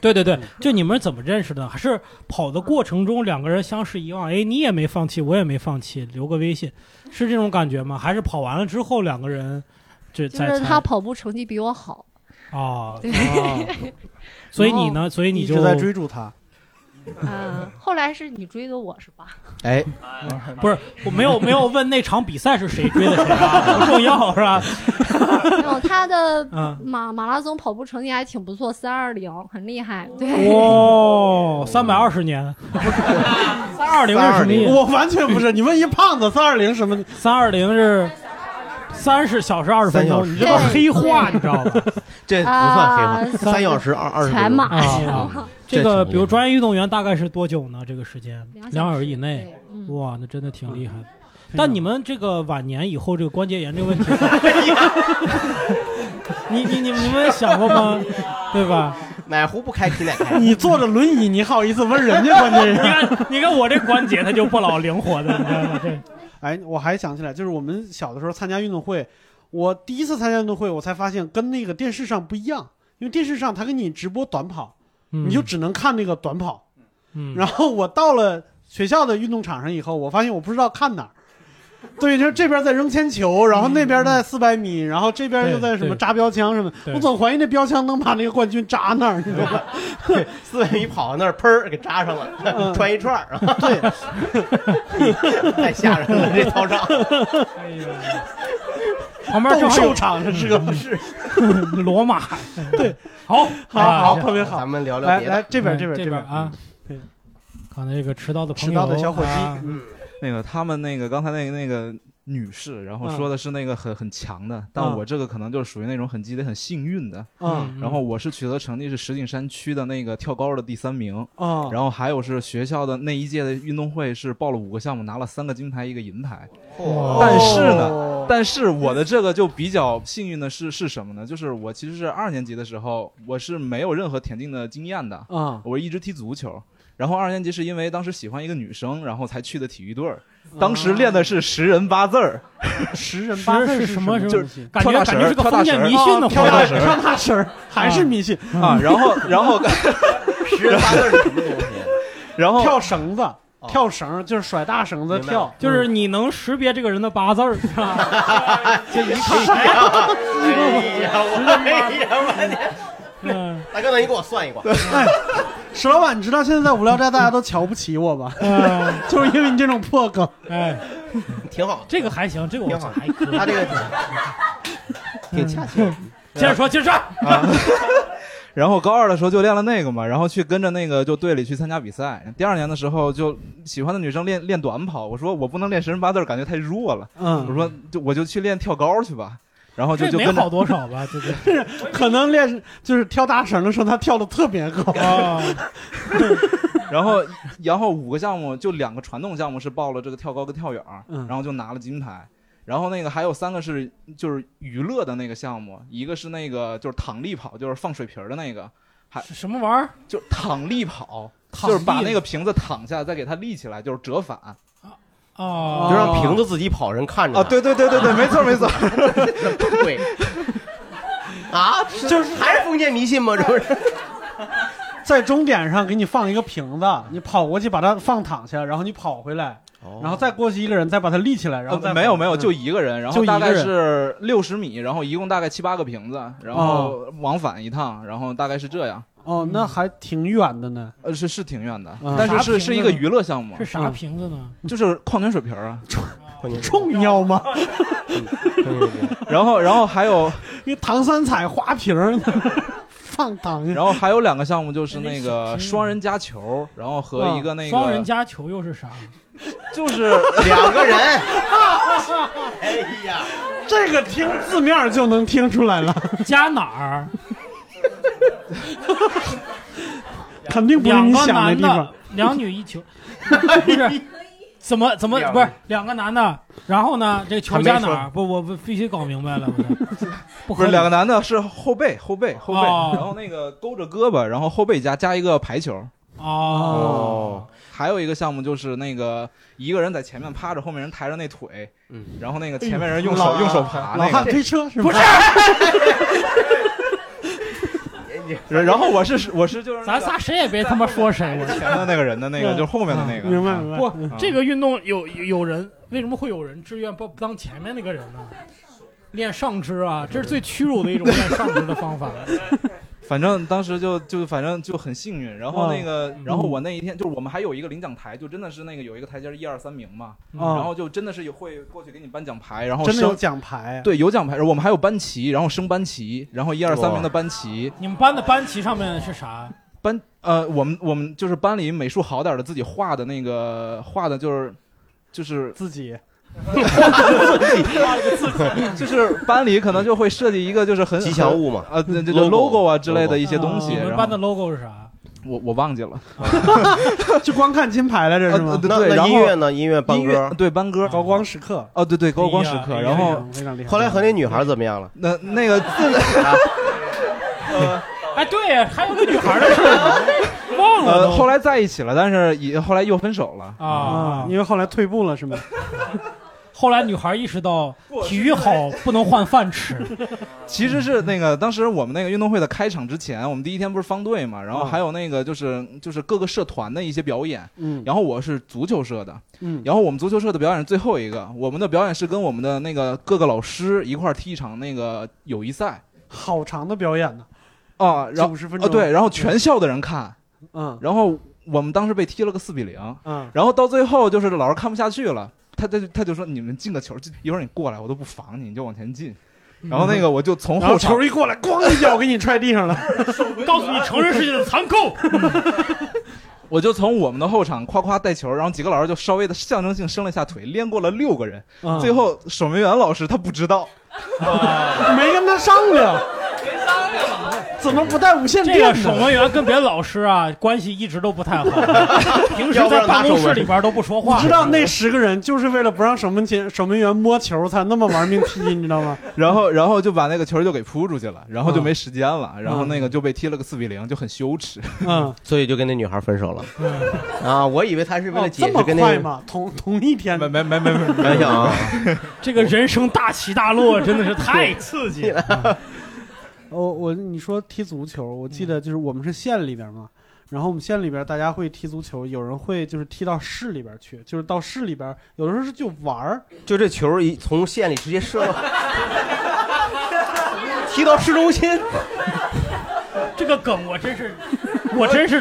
Speaker 3: 对对对，就你们怎么认识的？还是跑的过程中两个人相视一望，哎，你也没放弃，我也没放弃，留个微信，是这种感觉吗？还是跑完了之后两个人这
Speaker 6: 就
Speaker 3: 再
Speaker 6: 是他
Speaker 3: 才
Speaker 6: 跑步成绩比我好，
Speaker 3: 啊？ 所以你呢？所以你
Speaker 2: 一
Speaker 3: 就
Speaker 2: 直在追逐他。
Speaker 6: 嗯，后来是你追的我是吧？
Speaker 4: 哎，
Speaker 3: 不是我没有没有问那场比赛是谁追的谁啊，不重要是吧？
Speaker 6: 没有，他的
Speaker 3: 嗯，
Speaker 6: 马马拉松跑步成绩还挺不错，三二零，很厉害。 对，
Speaker 3: 哇，三百二十 年，三二零是什么意思？
Speaker 2: 我完全不是，你问一胖子三二零什么？
Speaker 3: 三二零是三十小时二十分钟，
Speaker 4: 三小时
Speaker 3: 你这都黑话，你知道吧？
Speaker 4: 这不算黑
Speaker 6: 啊
Speaker 4: 话，三小时二二十分钟
Speaker 6: 全马
Speaker 3: 啊，这个比如专业运动员大概是多久呢？这个时间
Speaker 6: 两小时
Speaker 3: 两小时以内
Speaker 6: 对，嗯
Speaker 3: 哇，那真的挺厉害的。但你们这个晚年以后这个关节炎这个问题，你你你你们想过吗？对吧？
Speaker 4: 哪壶不开提哪 开。
Speaker 2: 你坐着轮椅，你好意思问人家关 键
Speaker 3: 你
Speaker 2: 是？
Speaker 3: 看你看我这关节它就不老灵活的，你知道吗？这
Speaker 2: 哎，我还想起来，就是我们小的时候参加运动会，我第一次参加运动会，我才发现跟那个电视上不一样，因为电视上他给你直播短跑，你就只能看那个短跑。
Speaker 3: 嗯
Speaker 2: 然后我到了学校的运动场上以后，我发现我不知道看哪儿，对，就是这边在扔铅球，然后那边在四百米，然后这边又在什
Speaker 3: 对
Speaker 2: 么
Speaker 3: 对
Speaker 2: 扎标枪什么。
Speaker 3: 对
Speaker 2: 我总怀疑那标枪能把那个冠军扎那儿，你知道吧？
Speaker 4: 四百米跑到那儿，砰儿给扎上了，
Speaker 2: 嗯
Speaker 4: 穿一串儿。对， 太 吓人了，这操场。
Speaker 3: 旁边
Speaker 2: 斗
Speaker 3: 正好
Speaker 2: 兽
Speaker 3: 有
Speaker 2: 场这是个不是？
Speaker 3: 罗马，对， 好，
Speaker 2: 好好，
Speaker 3: 哎
Speaker 2: 特别好。
Speaker 4: 咱们聊聊
Speaker 2: 来
Speaker 4: 别
Speaker 2: 来
Speaker 4: 的。
Speaker 2: 这边这边
Speaker 3: 这
Speaker 2: 边
Speaker 3: 边啊，
Speaker 2: 对，
Speaker 3: 刚才这个迟到的朋
Speaker 2: 迟
Speaker 3: 友，
Speaker 2: 到的小伙计
Speaker 3: 啊，
Speaker 4: 嗯，
Speaker 7: 那个他们那个刚才那个那个女士，然后
Speaker 2: 嗯
Speaker 7: 说的是那个很很强的，但
Speaker 2: 嗯
Speaker 7: 我这个可能就是属于那种很鸡贼、很幸运的。
Speaker 2: 嗯
Speaker 7: 然后我是取得成绩是石景山区的那个跳高的第三名，
Speaker 2: 嗯，
Speaker 7: 然后还有是学校的那一届的运动会是报了五个项目，拿了三个金牌一个银牌。
Speaker 4: 哇
Speaker 7: 但是呢
Speaker 2: 哦
Speaker 7: 但是我的这个就比较幸运的是是什么呢？就是我其实是二年级的时候，我是没有任何田径的经验的，
Speaker 2: 啊，
Speaker 7: 我一直踢足球。然后二年级是因为当时喜欢一个女生，然后才去的体育队儿。当时练的是十人八字儿，
Speaker 2: 十人
Speaker 3: 十
Speaker 2: 八字
Speaker 3: 是
Speaker 2: 是
Speaker 3: 什么什
Speaker 2: 什
Speaker 3: 么
Speaker 2: 么
Speaker 7: 就是
Speaker 3: 东西？感觉
Speaker 7: 跳大
Speaker 3: 感
Speaker 7: 神
Speaker 3: 觉是个
Speaker 7: 跳大
Speaker 3: 封建
Speaker 7: 神
Speaker 3: 迷信的活
Speaker 2: 哦跳
Speaker 3: 动嗯
Speaker 2: 大神，跳大神儿还是迷信，
Speaker 7: 啊，然后然 后
Speaker 4: 十人八字儿是什么东西？
Speaker 7: 然后哦
Speaker 2: 跳绳子，跳绳儿就是甩大绳子
Speaker 4: 明白
Speaker 2: 跳，嗯
Speaker 3: 就是你能识别这个人的八字儿，是 吧
Speaker 4: 这一看，哎呀， 哎我哎呀，我天！
Speaker 3: 嗯，
Speaker 4: 大哥，那你给我算一卦。
Speaker 2: 石老板，你知道现在在无聊斋大家都瞧不起我吧？
Speaker 3: 嗯
Speaker 2: 就是因为你这种破梗。
Speaker 3: 哎，
Speaker 4: 挺好，
Speaker 3: 这个还行，这个我
Speaker 4: 挺好
Speaker 3: 还可以嗯
Speaker 4: 他。这个挺挺恰切。
Speaker 3: 接着说，接着说，
Speaker 7: 然后高二的时候就练了那个嘛，然后去跟着那个就队里去参加比赛。第二年的时候就喜欢的女生练练短跑，我说我不能练十人八字儿，感觉太弱了。我
Speaker 2: 嗯，
Speaker 7: 说就我就去练跳高去吧，然后就
Speaker 3: 这
Speaker 7: 就
Speaker 3: 没
Speaker 7: 跟
Speaker 3: 好
Speaker 7: 着
Speaker 3: 多少 吧，这个
Speaker 2: 可能练就是跳大绳的时候，他跳的特别高。
Speaker 3: 啊，
Speaker 7: 然后然后五个项目就两个传统项目是报了这个跳高跟跳远儿，
Speaker 2: 嗯
Speaker 7: 然后就拿了金牌。然后那个还有三个是就是娱乐的那个项目，一个是那个就是躺立跑，就是放水瓶儿的那个，
Speaker 3: 是什么玩意儿？
Speaker 7: 就是躺立跑，
Speaker 3: 躺
Speaker 7: 就是把
Speaker 3: 立
Speaker 7: 那个瓶子躺下再给它立起来，就是折返。
Speaker 3: 啊，
Speaker 7: 哦
Speaker 4: 就让瓶子自己跑，人看着
Speaker 7: 啊，对对对对对，没错没 错。
Speaker 4: 对。啊，就是还是封建迷信吗？这不是？
Speaker 2: 在终点上给你放一个瓶子，你跑过去把它放躺下，然后你跑回来，
Speaker 4: 哦
Speaker 2: 然后再过去一个人再把它立起来，然后再
Speaker 7: 呃
Speaker 2: 跑
Speaker 7: 没有没有，
Speaker 2: 嗯
Speaker 7: 就一个人，然
Speaker 2: 就
Speaker 7: 后
Speaker 2: 一
Speaker 7: 大
Speaker 2: 个人
Speaker 7: 概是六十米，然后一共大概七八个瓶子，然后
Speaker 2: 哦
Speaker 7: 往返一趟，然后大概是这样，
Speaker 2: 哦，那还挺远的呢。
Speaker 7: 呃，是是挺远的
Speaker 2: 嗯，
Speaker 7: 但
Speaker 3: 啥
Speaker 7: 是
Speaker 3: 瓶
Speaker 7: 是
Speaker 3: 子
Speaker 7: 是一个娱乐项目嗯
Speaker 3: 是，啥瓶子呢？
Speaker 7: 就是矿泉水瓶儿啊，
Speaker 2: 重要吗？
Speaker 7: 然后然后还有
Speaker 2: 一个唐三彩花瓶儿 放糖
Speaker 7: 然后还有两个项目就是那
Speaker 3: 那
Speaker 7: 个
Speaker 3: 是
Speaker 7: 双人夹球，然后
Speaker 2: 嗯
Speaker 7: 和一个那个
Speaker 3: 双人夹球又是啥？
Speaker 7: 就是
Speaker 4: 两个人。哎呀，
Speaker 2: 这个听字面儿就能听出来了，
Speaker 3: 夹哪儿？
Speaker 2: 肯定不是
Speaker 3: 两
Speaker 2: 你
Speaker 3: 个
Speaker 2: 想
Speaker 3: 男
Speaker 2: 地方
Speaker 3: 的。，两女一球，不是怎么怎么
Speaker 4: 两
Speaker 3: 不是两个男的，然后呢，这个球夹哪
Speaker 4: 还
Speaker 3: 儿？不，我不必须搞明白了，不是，不
Speaker 7: 不
Speaker 3: 合
Speaker 7: 是
Speaker 3: 理
Speaker 7: 两个男的是后背后背后背，
Speaker 3: 哦
Speaker 7: 然后那个勾着胳膊，然后后背夹夹一个排球。
Speaker 3: 哦，
Speaker 7: 还有一个项目就是那个一个人在前面趴着，后面人抬着那腿，
Speaker 4: 嗯
Speaker 7: 然后那个前面人用
Speaker 2: 哎
Speaker 7: 手
Speaker 2: 呦
Speaker 7: 用手爬
Speaker 2: 老
Speaker 7: 那
Speaker 2: 汉
Speaker 7: 个，
Speaker 2: 推车是
Speaker 3: 不
Speaker 2: 吗？
Speaker 3: 是，
Speaker 7: 然然后我是我是就是那
Speaker 3: 咱
Speaker 7: 个
Speaker 3: 仨谁也别他妈说谁，我
Speaker 7: 前面那个人的那个，就是后面的那个，
Speaker 2: 明白
Speaker 7: 啊
Speaker 2: 明白。
Speaker 3: 不
Speaker 2: 嗯，
Speaker 3: 这个运动有有有人为什么会有人志愿不不当前面那个人呢？练上肢啊，这是最屈辱的一种练上肢的方法。
Speaker 7: 反正当时就就反正就很幸运，然后那
Speaker 2: 啊
Speaker 7: 个，
Speaker 3: 嗯
Speaker 7: 然后我那一天就是我们还有一个领奖台，就真的是那个有一个台阶一二三名嘛，然
Speaker 2: 啊，
Speaker 7: 后就真的是有会过去给你颁奖牌，然后
Speaker 2: 真的有
Speaker 7: 升
Speaker 2: 奖牌。啊
Speaker 7: 对有奖牌，我们还有班旗，然后升班旗，然后一二三名的班旗，
Speaker 3: 你们班的班旗上面是啥？
Speaker 7: 班呃我们我们就是班里美术好点的自己画的那个画的就是就是
Speaker 2: 自己
Speaker 7: 就是班里可能就会设计一个就是很
Speaker 4: 吉祥物嘛
Speaker 7: 啊，对对对
Speaker 4: logo
Speaker 7: logo 啊之类的一些东西，
Speaker 3: 你们
Speaker 7: 然
Speaker 3: 班的
Speaker 7: 后
Speaker 3: logo 是啥？
Speaker 7: 我我忘记了。
Speaker 2: 就光看金牌来着是
Speaker 7: 啊
Speaker 2: 吗？
Speaker 7: 对
Speaker 4: 那
Speaker 7: 对，
Speaker 4: 那
Speaker 7: 然
Speaker 4: 音
Speaker 7: 后
Speaker 4: 乐呢？音乐班
Speaker 7: 音乐
Speaker 4: 歌。
Speaker 7: 对班歌
Speaker 2: 高光时刻，
Speaker 7: 哦，对对高光时刻，
Speaker 3: 哎呀
Speaker 7: 然后
Speaker 2: 非常厉害。
Speaker 4: 后来和那女孩怎么样了？
Speaker 7: 那那个自
Speaker 2: 呃
Speaker 3: 哎，对，还有个女孩的事儿，忘了
Speaker 7: 呃
Speaker 3: 都。
Speaker 7: 后来在一起了，但是也后来又分手了。
Speaker 3: 啊
Speaker 2: 啊，，因为后来退步了是吗？
Speaker 3: 后来女孩意识到体育好不能换饭吃，
Speaker 7: 其实是那个当时我们那个运动会的开场之前，我们第一天不是方队嘛，然后还有那个就是就是各个社团的一些表演，
Speaker 2: 嗯
Speaker 7: 然后我是足球社的，
Speaker 2: 嗯
Speaker 7: 然后我们足球社的表演是最后一个，我们的表演是跟我们的那个各个老师一块儿踢一场那个友谊赛，
Speaker 2: 好长的表演呢，
Speaker 7: 啊，然后
Speaker 2: 90分
Speaker 7: 啊，
Speaker 2: 钟
Speaker 7: 对，然后全校的人看，
Speaker 2: 嗯，
Speaker 7: 然后我们当时被踢了个四比零，
Speaker 2: 嗯，
Speaker 7: 然后到最后就是老师看不下去了，他他就他就说你们进个球，就一会儿你过来，我都不防你，你就往前进。然后那个我就从
Speaker 2: 嗯然后
Speaker 7: 后场
Speaker 2: 球一过来，咣一脚给你踹地上了，
Speaker 3: 告诉你成人世界的残酷。
Speaker 7: 我就从我们的后场夸夸带球，然后几个老师就稍微的象征性伸了一下腿，连过了六个人。
Speaker 2: 啊
Speaker 7: 最后守门员老师他不知道，
Speaker 2: 没跟他商量，怎么不带无线
Speaker 3: 这个
Speaker 2: 电
Speaker 3: 守
Speaker 2: 呢？
Speaker 3: 门员跟别的老师啊关系一直都不太 好，平时在办公室里边都不说话。
Speaker 2: 你知道那十个人就是为了不让守门前守门员摸球才那么玩命踢，你知道 吗？
Speaker 7: 然后然后就把那个球就给扑出去了，然后就没时间了，然后
Speaker 2: 嗯
Speaker 7: 那个就被踢了个四比零，就很羞耻。
Speaker 2: 嗯，
Speaker 4: 所以就跟那女孩分手了。
Speaker 3: 嗯
Speaker 4: 啊，我以为他是为了
Speaker 2: 哦，
Speaker 4: 解
Speaker 2: 这
Speaker 4: 释
Speaker 2: 么
Speaker 4: 跟
Speaker 2: 快
Speaker 4: 那个。
Speaker 2: 吗？同同一天
Speaker 7: 没没没没没，
Speaker 4: 想想啊，
Speaker 3: 这个人生大起大落真的是太刺激了。
Speaker 2: 我哦我你说踢足球，我记
Speaker 3: 嗯
Speaker 2: 得就是我们是县里边嘛，然后我们县里边大家会踢足球，有人会就是踢到市里边去，就是到市里边，有的时候是就玩儿，
Speaker 4: 就这球一从县里直 接射了，哎踢到市中心，
Speaker 3: 这个梗我真是，我真是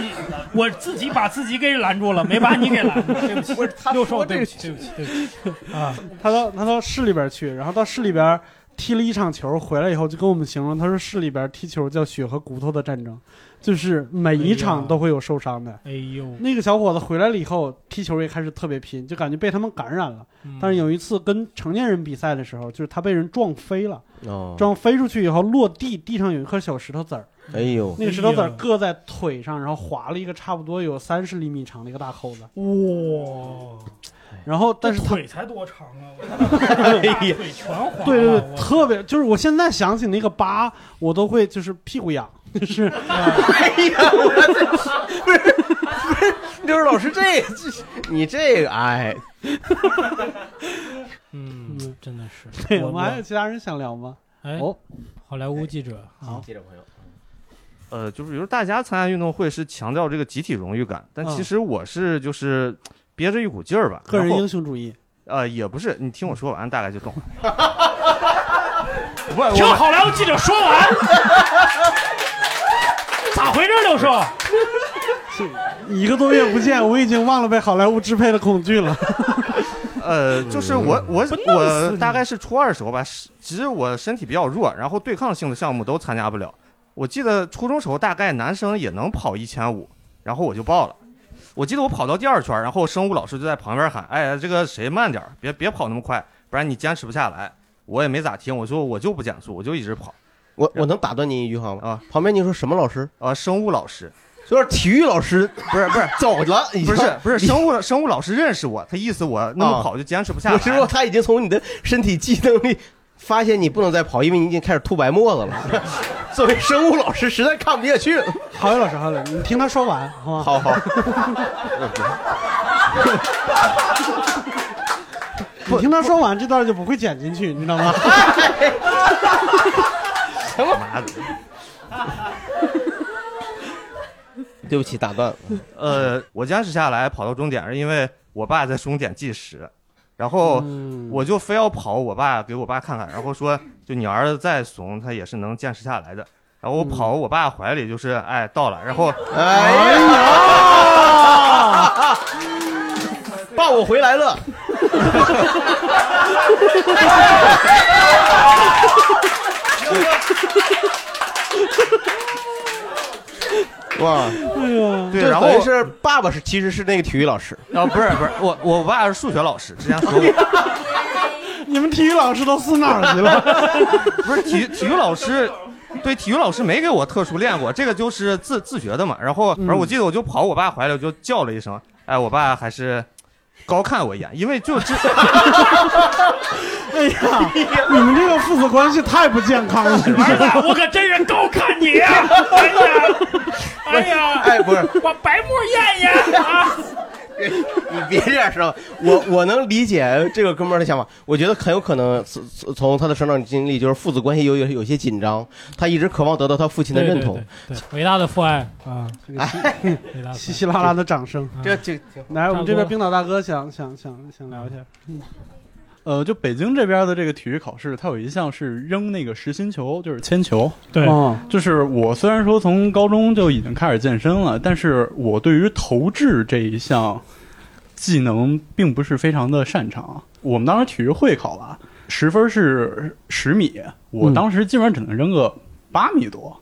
Speaker 3: 我自己把自己给拦住了，没把你给拦住，对不起，六兽，对不起，对不起，对不 起啊！
Speaker 2: 他到他到市里边去，然后到市里边踢了一场球，回来以后就跟我们形容，他说市里边踢球叫血和骨头的战争，就是每一场都会有受伤的。
Speaker 3: 哎呦，
Speaker 2: 那个小伙子回来了以后，踢球也开始特别拼，就感觉被他们感染了。
Speaker 3: 嗯
Speaker 2: 但是有一次跟成年人比赛的时候，就是他被人撞飞了，
Speaker 4: 哦，
Speaker 2: 撞飞出去以后落地，地上有一颗小石头子儿，
Speaker 4: 哎呦，
Speaker 2: 那个石头子
Speaker 3: 哎
Speaker 2: 儿
Speaker 3: 呀
Speaker 2: 硌在腿上，然后划了一个差不多有三十厘米长的一个大口子。
Speaker 3: 哇，
Speaker 2: 然后，但是他
Speaker 3: 腿才多长啊！
Speaker 4: 哎
Speaker 3: 我腿全黄了。
Speaker 2: 对对对，
Speaker 3: 我
Speaker 2: 特别就是我现在想起那个疤，我都会就是屁股痒，就是
Speaker 4: 哎呀，我这不是不是刘老师这这你这个 哎，
Speaker 3: 嗯，真的是。
Speaker 2: 对。
Speaker 3: 我
Speaker 2: 我
Speaker 3: 我
Speaker 2: 们还有其他人想聊吗？
Speaker 3: 哎
Speaker 2: 哦，哎
Speaker 3: 好莱坞记者，
Speaker 2: 好，
Speaker 4: 记者朋友，
Speaker 8: 呃，就是比如大家参加运动会是强调这个集体荣誉感，但
Speaker 2: 嗯
Speaker 8: 其实我是就是憋着一股劲儿吧，
Speaker 2: 个人
Speaker 8: 然后
Speaker 2: 英雄主义，
Speaker 8: 呃也不是，你听我说完大概就懂了。 不，
Speaker 3: 听
Speaker 8: 我
Speaker 3: 好莱坞记者说完，咋回事？六兽，
Speaker 2: 一个多月不见，我已经忘了被好莱坞支配的恐惧 了。
Speaker 8: 呃，就是
Speaker 4: 嗯
Speaker 8: 我我
Speaker 3: 不弄死
Speaker 8: 我
Speaker 3: 你
Speaker 8: 大概是初二时候吧，是其实我身体比较弱，然后对抗性的项目都参加不了。我记得初中时候大概男生也能跑一千五，然后我就报了。我记得我跑到第二圈，然后生物老师就在旁边喊：“哎，这个谁慢点儿，别别跑那么快，不然你坚持不下来。”我也没咋听，我说我就不减速，我就一直跑。
Speaker 4: 我我能打断你一句话吗？
Speaker 8: 啊，
Speaker 4: 旁边你说什么老师？
Speaker 8: 啊、生物老师
Speaker 4: 就是体育老师，不是不是 走了，已
Speaker 8: 不
Speaker 4: 经
Speaker 8: 是不是
Speaker 4: 你
Speaker 8: 生物生物老师认识我，他意思我那么
Speaker 4: 啊
Speaker 8: 跑就坚持不下 来。
Speaker 4: 我是说他已经从你的身体机能里发现你不能再跑，因为你已经开始吐白沫 子了。作为生物老师，实在看不下去了。
Speaker 2: 郝宇老师，郝宇老师，你听他说完好吗？
Speaker 4: 好好，
Speaker 2: 你听他说完这段就不会剪进去，你知道 吗？
Speaker 8: 妈的，
Speaker 4: 对不起，打断。
Speaker 8: 呃，我坚持下来跑到终点是因为我爸在终点计时，然后
Speaker 4: 嗯
Speaker 8: 我就非要跑，我爸给我爸看看，然后说就你儿子再怂，他也是能坚持下来的。然
Speaker 4: 嗯
Speaker 8: 后我跑我爸怀里就是哎到了，然后
Speaker 4: 哎呀，爸，我回来了。哇，
Speaker 2: 哎呀，
Speaker 8: 对，
Speaker 4: 这
Speaker 8: 然后
Speaker 4: 等于是爸爸是其实是那个体育老师，
Speaker 8: 啊不是不是我我爸是数学老师，之 前说过，
Speaker 2: 你们体育老师都死哪儿去了？
Speaker 8: 不是体育体育老师。对，体育老师没给我特殊练过，这个就是自自学的嘛。然后，而我
Speaker 4: 嗯
Speaker 8: 记得我就跑我爸怀里，我就叫了一声，哎，我爸还是高看我一眼，因为就这。
Speaker 2: 哎呀，你们这个父子关系太不健康了，
Speaker 3: 儿子，我可真是高看你！啊哎呀，哎呀，
Speaker 4: 哎，不是，
Speaker 3: 我白目艳艳啊！
Speaker 4: 你 别这样说，我我能理解这个哥们儿的想法。我觉得很有可能从从从他的成长经历，就是父子关系有有有些紧张，他一直渴望得到他父亲的认同。
Speaker 3: 对，伟大的父爱啊，
Speaker 2: 稀稀拉拉的掌声。
Speaker 4: 哎
Speaker 2: 啊
Speaker 4: 这这
Speaker 2: 来，我们这边冰岛大哥想想想想聊一下。
Speaker 3: 嗯
Speaker 9: 呃，就北京这边的这个体育考试，它有一项是扔那个实心球，哦就是铅球。
Speaker 3: 对哦
Speaker 9: 就是我虽然说从高中就已经开始健身了，但是我对于投掷这一项技能并不是非常的擅长。我们当时体育会考了，十分是十米，
Speaker 2: 嗯
Speaker 9: 我当时基本上只能扔个八米多。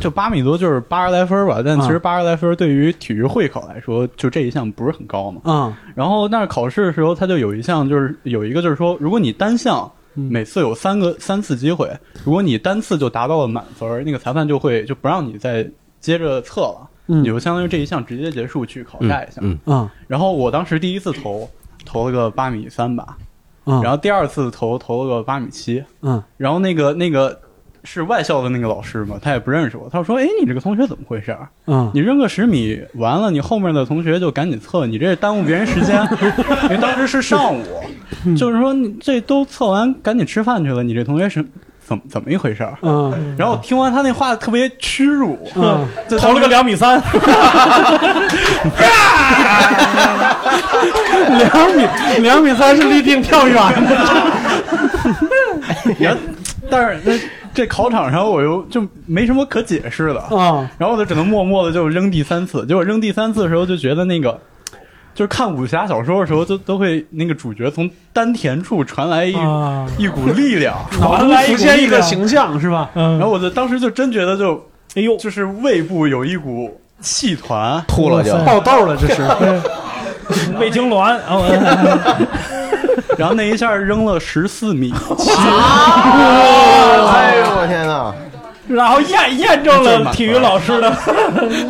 Speaker 9: 就八米多就是八十来分吧，
Speaker 2: 嗯
Speaker 9: 但其实八十来分对于体育会考来说，就这一项不是很高嘛。
Speaker 2: 啊，
Speaker 9: 然后但是考试的时候，它就有一项就是有一个就是说，如果你单项
Speaker 2: 嗯
Speaker 9: 每次有三个三次机会，如果你单次就达到了满分，那个裁判就会就不让你再接着测了，
Speaker 2: 嗯
Speaker 9: 你就相当于这一项直接结束去考下一项。
Speaker 2: 嗯啊
Speaker 9: 然后我当时第一次投投了个八米三吧，
Speaker 2: 啊，
Speaker 9: 然后第二次投投了个八米七，
Speaker 2: 嗯
Speaker 9: 然后那个那个是外校的那个老师嘛，他也不认识我，他说：“哎，你这个同学怎么回事儿？
Speaker 2: 嗯
Speaker 9: 你扔个十米，完了你后面的同学就赶紧测，你这耽误别人时 间。因为当时是上午，
Speaker 2: 嗯
Speaker 9: 就是说你这都测完赶紧吃饭去了，你这同学是怎么怎么一回事儿？”
Speaker 2: 嗯
Speaker 9: 然后听完他那话特别屈辱，
Speaker 2: 嗯
Speaker 9: 就
Speaker 3: 投了个两米 三，
Speaker 2: 两米两米三是立定跳远的，
Speaker 9: 然后 但是那这考场上我又就没什么可解释的
Speaker 2: 啊
Speaker 9: 然后我就只能默默的就扔第三次，结果扔第三次的时候就觉得那个，就是看武侠小说的时候都都会那个主角从丹田处传来一、
Speaker 3: 啊，
Speaker 9: 一股力量，
Speaker 2: 脑中浮现一个形象是吧？
Speaker 3: 嗯，
Speaker 9: 然后我就当时就真觉得就
Speaker 3: 哎呦，
Speaker 9: 就是胃部有一股气团，
Speaker 4: 吐了就
Speaker 3: 哇塞
Speaker 2: 爆痘了这 是，
Speaker 3: 胃痉 挛，哦
Speaker 9: 然后那一下扔了十四米，
Speaker 4: 哎呦我天哪！
Speaker 3: 然后验验证了体育老 师的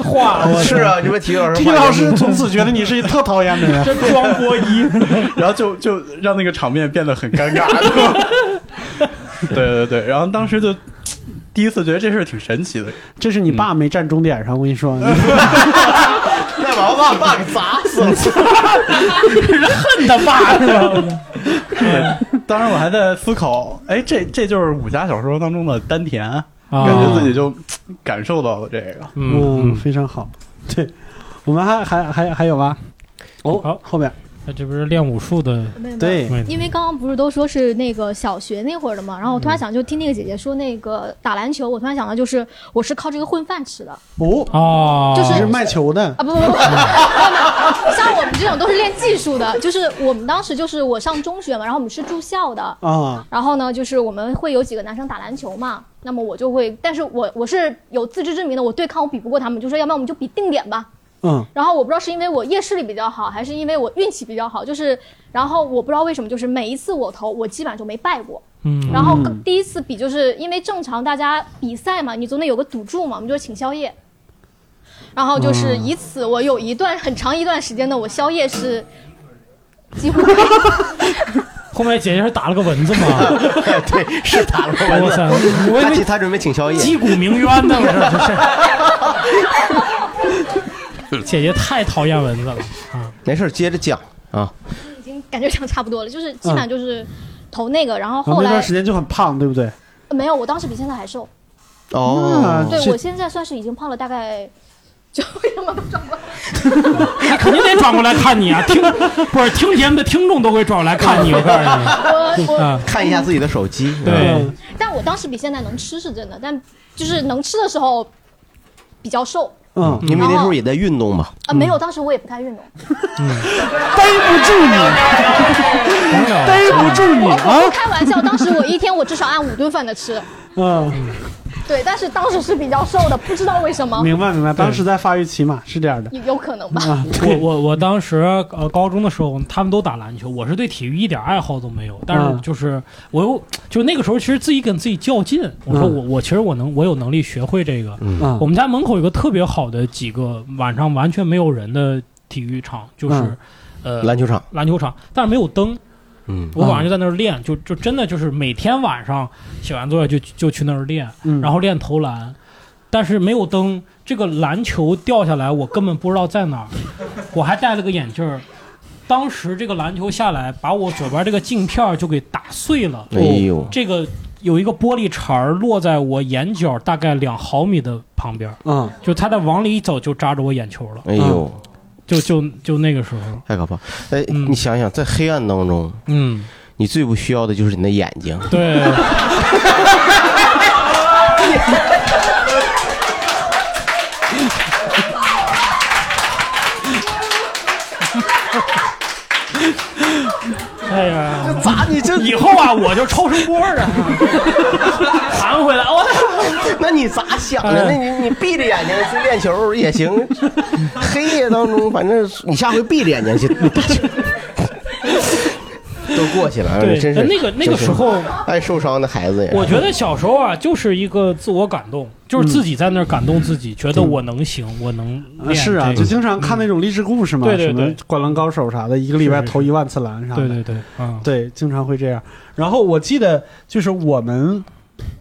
Speaker 3: 话，
Speaker 4: 是啊，你们体育老 师，
Speaker 2: 体育老师从此觉得你是一特讨厌的人。
Speaker 3: 这装波一，
Speaker 9: 然后就就让那个场面变得很尴 尬。对对对，然后当时就第一次觉得这事儿挺神奇的，
Speaker 2: 这是你爸没站终点上，我跟你说，
Speaker 3: 嗯
Speaker 4: 再把我爸爸给砸死了。
Speaker 3: 恨他爸是吧？
Speaker 9: 当时我还在思考，哎，这这就是武侠小说当中的丹田，
Speaker 3: 感
Speaker 9: 感觉自己就感受到了这个。
Speaker 2: 嗯，非常好。对，我们还还还还有吗？
Speaker 3: 好
Speaker 2: 哦，后面
Speaker 3: 那这不是练武术的
Speaker 10: 没有没有
Speaker 2: 对，
Speaker 3: 妹子，
Speaker 10: 因为刚刚不是都说是那个小学那会儿的嘛，然后我突然想，就听那个姐姐说那个打篮球，我突然想到就是我是靠这个混饭吃的
Speaker 2: 哦，
Speaker 3: 哦，
Speaker 10: 就
Speaker 2: 你
Speaker 10: 是
Speaker 2: 是卖球的
Speaker 10: 啊，不不不，不像我们这种都是练技术的，就是我们当时就是我上中学嘛，然后我们是住校的，
Speaker 2: 啊，
Speaker 10: 然后呢就是我们会有几个男生打篮球嘛，那么我就会，但是我我是有自知之明的，我对抗我比不过他们，就说要不然我们就比定点吧，
Speaker 2: 嗯
Speaker 10: 然后我不知道是因为我夜视力比较好，还是因为我运气比较好，就是，然后我不知道为什么，就是每一次我投，我基本上就没败过。
Speaker 3: 嗯
Speaker 10: 然后
Speaker 2: 嗯
Speaker 10: 第一次比，就是因为正常大家比赛嘛，你总得有个赌注嘛，我们就是请宵夜。然后就是
Speaker 2: 嗯
Speaker 10: 以此，我有一段很长一段时间的我宵夜是几乎
Speaker 3: 后面姐姐是打了个蚊子嘛，
Speaker 4: 对，是打了蚊
Speaker 3: 哇
Speaker 4: 子。
Speaker 3: 塞，我
Speaker 4: 他
Speaker 3: 以
Speaker 4: 其
Speaker 3: 为
Speaker 4: 他准备请宵夜，
Speaker 3: 击鼓鸣冤呢，我说这是。姐姐太讨厌蚊子了啊！
Speaker 4: 没事，接着讲啊。
Speaker 10: 已经感觉上差不多了，就是基本上就是投那个，然后
Speaker 2: 然
Speaker 10: 后
Speaker 2: 嗯哦后那
Speaker 10: 来
Speaker 2: 段时间就很胖，对不对？
Speaker 10: 没有，我当时比现在还瘦，
Speaker 4: 哦，
Speaker 10: 嗯对
Speaker 2: 啊是
Speaker 10: 我现在算是已经胖了大概。就为什么都转过来？
Speaker 3: 那肯定得转过来看你啊！听不是听节目的听众都会转过来看你，我告诉
Speaker 10: 我 我
Speaker 3: 你 啊！
Speaker 4: 看一下自己的手机。嗯
Speaker 3: 对，
Speaker 10: 但我当时比现在能吃是真的，但就是能吃的时候比较瘦
Speaker 2: 嗯，
Speaker 4: 你们那时候也在运动吧？
Speaker 10: 啊、没有，当时我也不太 运动，
Speaker 2: 逮不住你，逮不住你啊
Speaker 10: 我！开玩笑，当时我一天我至少按五顿饭的吃，
Speaker 2: 嗯，
Speaker 10: 对，但是当时是比较瘦的，不知道为什么，
Speaker 2: 明白明白，当时在发育期嘛，是这样的
Speaker 10: 有有可能吧。
Speaker 2: 啊。
Speaker 3: 我我我当时呃高中的时候，他们都打篮球，我是对体育一点爱好都没有，但是
Speaker 2: 嗯
Speaker 3: 就是我又就那个时候其实自己跟自己较劲，我说
Speaker 2: 嗯
Speaker 3: 我我其实我能我有能力学会这个。
Speaker 4: 嗯
Speaker 2: 啊
Speaker 3: 我们家门口有个特别好的几个晚上完全没有人的体育场，就是
Speaker 2: 嗯
Speaker 3: 呃
Speaker 4: 篮球场，
Speaker 3: 篮球场，但是没有灯。
Speaker 4: 嗯，
Speaker 3: 我晚上就在那儿练，就就真的就是每天晚上写完作业就就去那儿练，
Speaker 2: 嗯
Speaker 3: 然后练投篮。但是没有灯，这个篮球掉下来，我根本不知道在哪儿，我还戴了个眼镜儿。当时这个篮球下来，把我左边这个镜片儿就给打碎了。
Speaker 4: 哎呦
Speaker 3: 这个有一个玻璃碴儿落在我眼角大概两毫米的旁边儿，
Speaker 2: 嗯，
Speaker 3: 就它在往里一走就扎着我眼球了。嗯
Speaker 4: 哎呦，
Speaker 3: 就就就那个时候，
Speaker 4: 太可怕！哎，你想想，在黑暗当中，
Speaker 3: 嗯，
Speaker 4: 你最不需要的就是你的眼睛。
Speaker 3: 对，哎呀，
Speaker 4: 咋你这
Speaker 3: 以后啊，我就超声波 啊，弹回来，哦哎我
Speaker 4: 操！ 那你咋想的？ 那你你闭着眼睛去练球也行，黑夜当中，反正你下回闭着眼睛去。都过去了，
Speaker 3: 对
Speaker 4: 真是
Speaker 3: 那个那个时候
Speaker 4: 真是爱受伤的孩子也是。
Speaker 3: 我觉得小时候啊，就是一个自我感动，就是自己在那儿感动自己，觉得我能行，我能
Speaker 2: 啊
Speaker 3: 练。
Speaker 2: 是啊，
Speaker 3: 这
Speaker 2: 就
Speaker 3: 个嗯
Speaker 2: 经常看那种励志故事嘛，
Speaker 3: 对对
Speaker 2: 什么
Speaker 3: 对
Speaker 2: 《灌篮高手》啥的，一个礼拜
Speaker 3: 是是
Speaker 2: 投一万次篮啥的，
Speaker 3: 对对对，嗯，
Speaker 2: 对，经常会这样。然后我记得就是我们。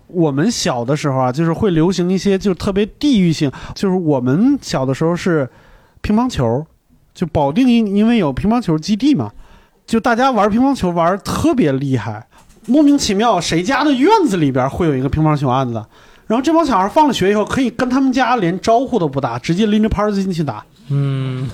Speaker 2: 我们小的时候啊，就是会流行一些就特别地域性，就是我们小的时候是乒乓球，就保定因因为有乒乓球基地嘛，就大家玩乒乓球玩得特别厉害，莫名其妙谁家的院子里边会有一个乒乓球案子，然后这帮小孩放了学以后可以跟他们家连招呼都不打，直接拎着拍儿进去打，
Speaker 3: 嗯，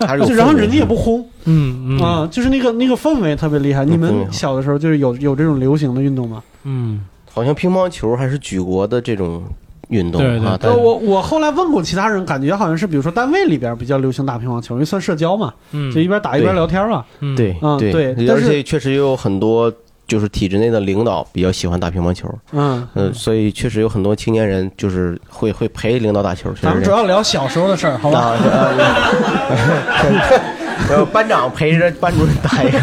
Speaker 4: 还
Speaker 2: 就然后人家也不轰，
Speaker 3: 嗯嗯
Speaker 2: 啊，就是那个那个氛围特别厉害。你们小的时候就是有有这种流行的运动吗？
Speaker 3: 嗯，
Speaker 4: 好像乒乓球还是举国的这种运动
Speaker 3: 对对
Speaker 4: 啊。但
Speaker 2: 呃，我我后来问过其他人，感觉好像是比如说单位里边比较流行打乒乓球，因为算社交嘛，
Speaker 3: 嗯
Speaker 2: 就一边打一边聊天嘛。
Speaker 4: 对
Speaker 2: 嗯对但
Speaker 4: 而
Speaker 2: 是
Speaker 4: 且确实也有很多就是体制内的领导比较喜欢打乒乓球，
Speaker 2: 嗯，
Speaker 4: 嗯，所以确实有很多青年人就是会会陪领导打球。
Speaker 2: 咱们主要聊小时候的事儿，好吧？
Speaker 4: 啊 呃，班长陪着班主任打一个，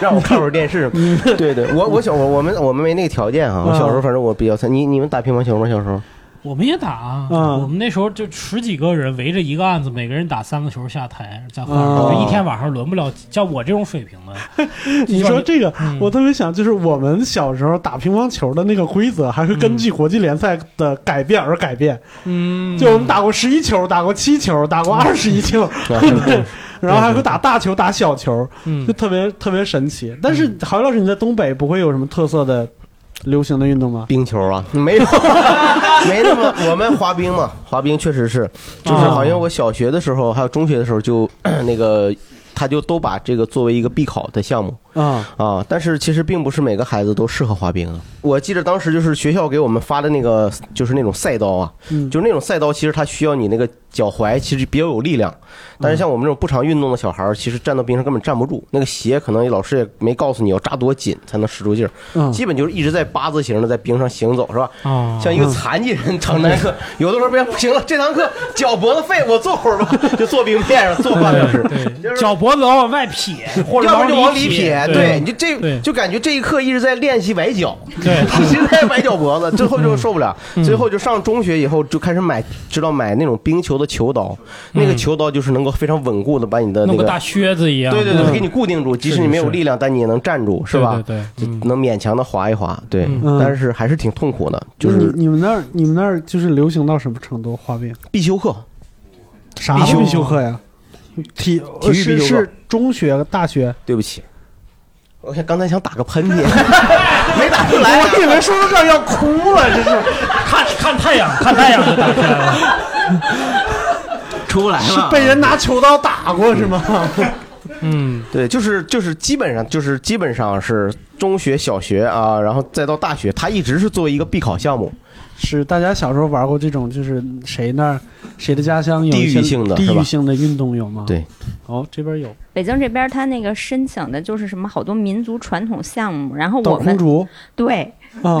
Speaker 4: 让我看会儿电视。对对，我我小我我们我们没那个条件啊。我小时候反正我比较菜，你你们打乒乓球吗？小时候？
Speaker 3: 我们也打啊，
Speaker 2: 嗯
Speaker 3: 我们那时候就十几个人围着一个案子，每个人打三个球下台，再换，
Speaker 2: 哦
Speaker 3: 就一天晚上轮不了。像我这种水平的，
Speaker 2: 你说这个，
Speaker 3: 嗯
Speaker 2: 我特别想，就是我们小时候打乒乓球的那个规则，还会根据国际联赛的改变而改变。
Speaker 3: 嗯，
Speaker 2: 就我们打过十一球，打过七球，打过二十一球， 对，然后还会打大球、打小球，
Speaker 3: 嗯
Speaker 2: 就特别特别神奇。但是郝宇老师，你在东北不会有什么特色的流行的运动吗？
Speaker 4: 冰球啊，没有， 没那么。我们滑冰嘛，滑冰确实是，就是
Speaker 2: 啊
Speaker 4: 好像我小学的时候，还有中学的时候就 那个，他就都把这个作为一个必考的项目。
Speaker 2: 啊，
Speaker 4: 啊，但是其实并不是每个孩子都适合滑冰啊。我记得当时就是学校给我们发的那个，就是那种赛刀啊，
Speaker 2: 嗯
Speaker 4: 就是那种赛刀，其实它需要你那个脚踝其实比较有力量，但是像我们这种不常运动的小孩儿，其实站到冰上根本站不住。那个鞋可能老师也没告诉你要扎多紧才能使住劲儿，
Speaker 2: 嗯
Speaker 4: 基本就是一直在八字形的在冰上行走，是吧？
Speaker 3: 啊
Speaker 4: 像一
Speaker 2: 嗯
Speaker 4: 个残疾人上那课，有的时候不行不行了，这堂课脚脖子废，我坐会 儿吧，就坐冰面上坐半个小时。
Speaker 3: 对，脚脖子老往外撇，或者
Speaker 4: 要不就往里
Speaker 3: 撇
Speaker 4: 撇，，
Speaker 3: 对
Speaker 4: 你就这
Speaker 3: 对
Speaker 4: 就感觉这一刻一直在练习崴脚，
Speaker 3: 对嗯
Speaker 4: 一 直在崴脚脖子，最后就受不了，最后就上中学以后就开始买，知道买那种冰球的球刀，那个球刀就是能够非常稳固的把你的那
Speaker 3: 嗯弄个
Speaker 4: 个，
Speaker 3: 大靴子一样，
Speaker 4: 对对对，
Speaker 3: 嗯
Speaker 4: 给你固定住，即使你没有力量，但你也能站住，是吧？
Speaker 3: 对对对嗯
Speaker 4: 就能勉强的滑一滑，对
Speaker 2: 嗯，
Speaker 4: 但是还是挺痛苦的，就
Speaker 2: 那
Speaker 3: 嗯
Speaker 4: 是
Speaker 2: 你你们那儿你们那儿就是流行到什么程度？滑冰
Speaker 4: 必修课，
Speaker 2: 啥
Speaker 4: 必修
Speaker 2: 必修课呀？体
Speaker 4: 体育必
Speaker 2: 是
Speaker 4: 修课
Speaker 2: 是中学、大学，
Speaker 4: 对不起。我想刚才想打个喷嚏， 没打出来。啊
Speaker 2: 我以为说到这儿要哭了，这是
Speaker 3: 看看太阳，看太阳就打出来 了。
Speaker 4: 出来
Speaker 2: 是被人拿球刀打过是吗？
Speaker 3: 嗯，
Speaker 4: 对，就是就是基本上就是基本上是中学、小学啊，然后再到大学，它一直是作为一个必考项目。
Speaker 2: 是大家小时候玩过这种，就是谁那儿谁的家乡有一些
Speaker 4: 地域性的
Speaker 2: 地
Speaker 4: 是
Speaker 2: 域
Speaker 4: 吧
Speaker 2: 性的运动有吗？
Speaker 4: 对，
Speaker 2: 哦，这边有
Speaker 11: 北京这边他那个申请的就是什么好多民族传统项目，然后
Speaker 2: 倒
Speaker 11: 我
Speaker 2: 空
Speaker 11: 们
Speaker 2: 竹
Speaker 11: 对
Speaker 2: 啊，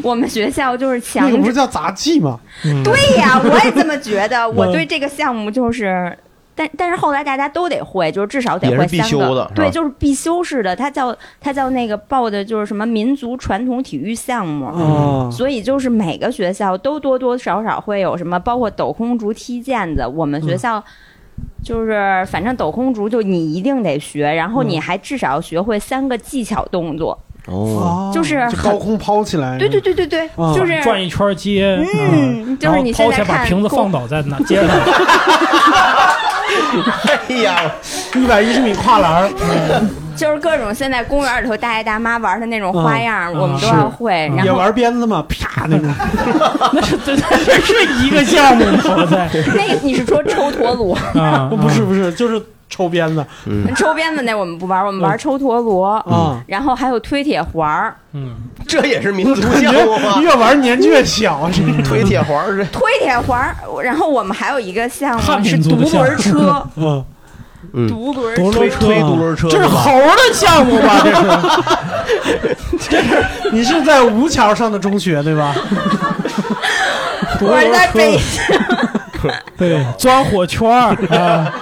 Speaker 11: 我们学校就是强
Speaker 2: 那个不
Speaker 11: 制
Speaker 2: 是叫杂技吗？
Speaker 11: 对 呀，我也这么觉得。
Speaker 4: 嗯
Speaker 11: 我对这个项目就是，但但是后来大家都得会，就是至少得
Speaker 4: 也
Speaker 11: 会
Speaker 4: 是必
Speaker 11: 三
Speaker 4: 修的
Speaker 11: 个
Speaker 4: 是吧，
Speaker 11: 对，就是必修式的。它叫它叫那个报的就是什么民族传统体育项
Speaker 2: 哦
Speaker 3: 嗯
Speaker 11: 目，所以就是每个学校都多多少少会有什么，包括抖空竹、踢毽子，我们学
Speaker 4: 嗯
Speaker 11: 校。就是，
Speaker 4: 嗯
Speaker 11: 反正抖空竹就你一定得学，然后你还至少学会三个技巧动作，
Speaker 2: 哦
Speaker 11: 就是
Speaker 2: 就
Speaker 11: 很
Speaker 2: 高空抛起
Speaker 4: 哎
Speaker 2: 来，啊
Speaker 11: 对对对对对，就是
Speaker 3: 哦转一圈街，
Speaker 11: 嗯就是
Speaker 3: 然后
Speaker 11: 你现
Speaker 3: 掏
Speaker 11: 在
Speaker 3: 钱把
Speaker 11: 看
Speaker 3: 瓶子
Speaker 11: 公
Speaker 3: 放倒在那 街上，
Speaker 4: 哎呀，
Speaker 2: 一百一十米跨栏，啊
Speaker 11: 就是各种现在公园里头大爷大妈玩的那种花样，
Speaker 2: 嗯
Speaker 11: 我们都
Speaker 2: 是
Speaker 11: 要会。然
Speaker 2: 也
Speaker 11: 后
Speaker 2: 玩鞭子嘛，啪那种，
Speaker 11: 啊
Speaker 3: 那是这这是一个项目吗？我在
Speaker 11: 那个你是说抽陀螺？
Speaker 3: 啊，
Speaker 2: 不是不是，就是抽鞭子，
Speaker 4: 嗯
Speaker 11: 抽鞭子那我们不玩，我们玩抽陀螺，
Speaker 3: 啊
Speaker 2: 嗯
Speaker 11: 然后还有推铁环儿。
Speaker 4: 这也是民族
Speaker 2: 感
Speaker 4: 项目吗
Speaker 2: 觉？越玩年纪越小，这个
Speaker 4: 推铁环是
Speaker 11: 推铁环儿，然后我们还有一个项
Speaker 3: 汉
Speaker 11: 目是
Speaker 3: 民族
Speaker 11: 独
Speaker 3: 的项目
Speaker 11: 轮车，
Speaker 2: 嗯，
Speaker 11: 独轮
Speaker 3: 独轮
Speaker 11: 车。
Speaker 3: 车
Speaker 2: 啊
Speaker 4: 推独轮车，
Speaker 2: 这是猴儿的项目吧？这是， 这是你是在吴桥上的中学对 吧？
Speaker 11: 我是在北京，
Speaker 3: 对， 钻火圈儿啊，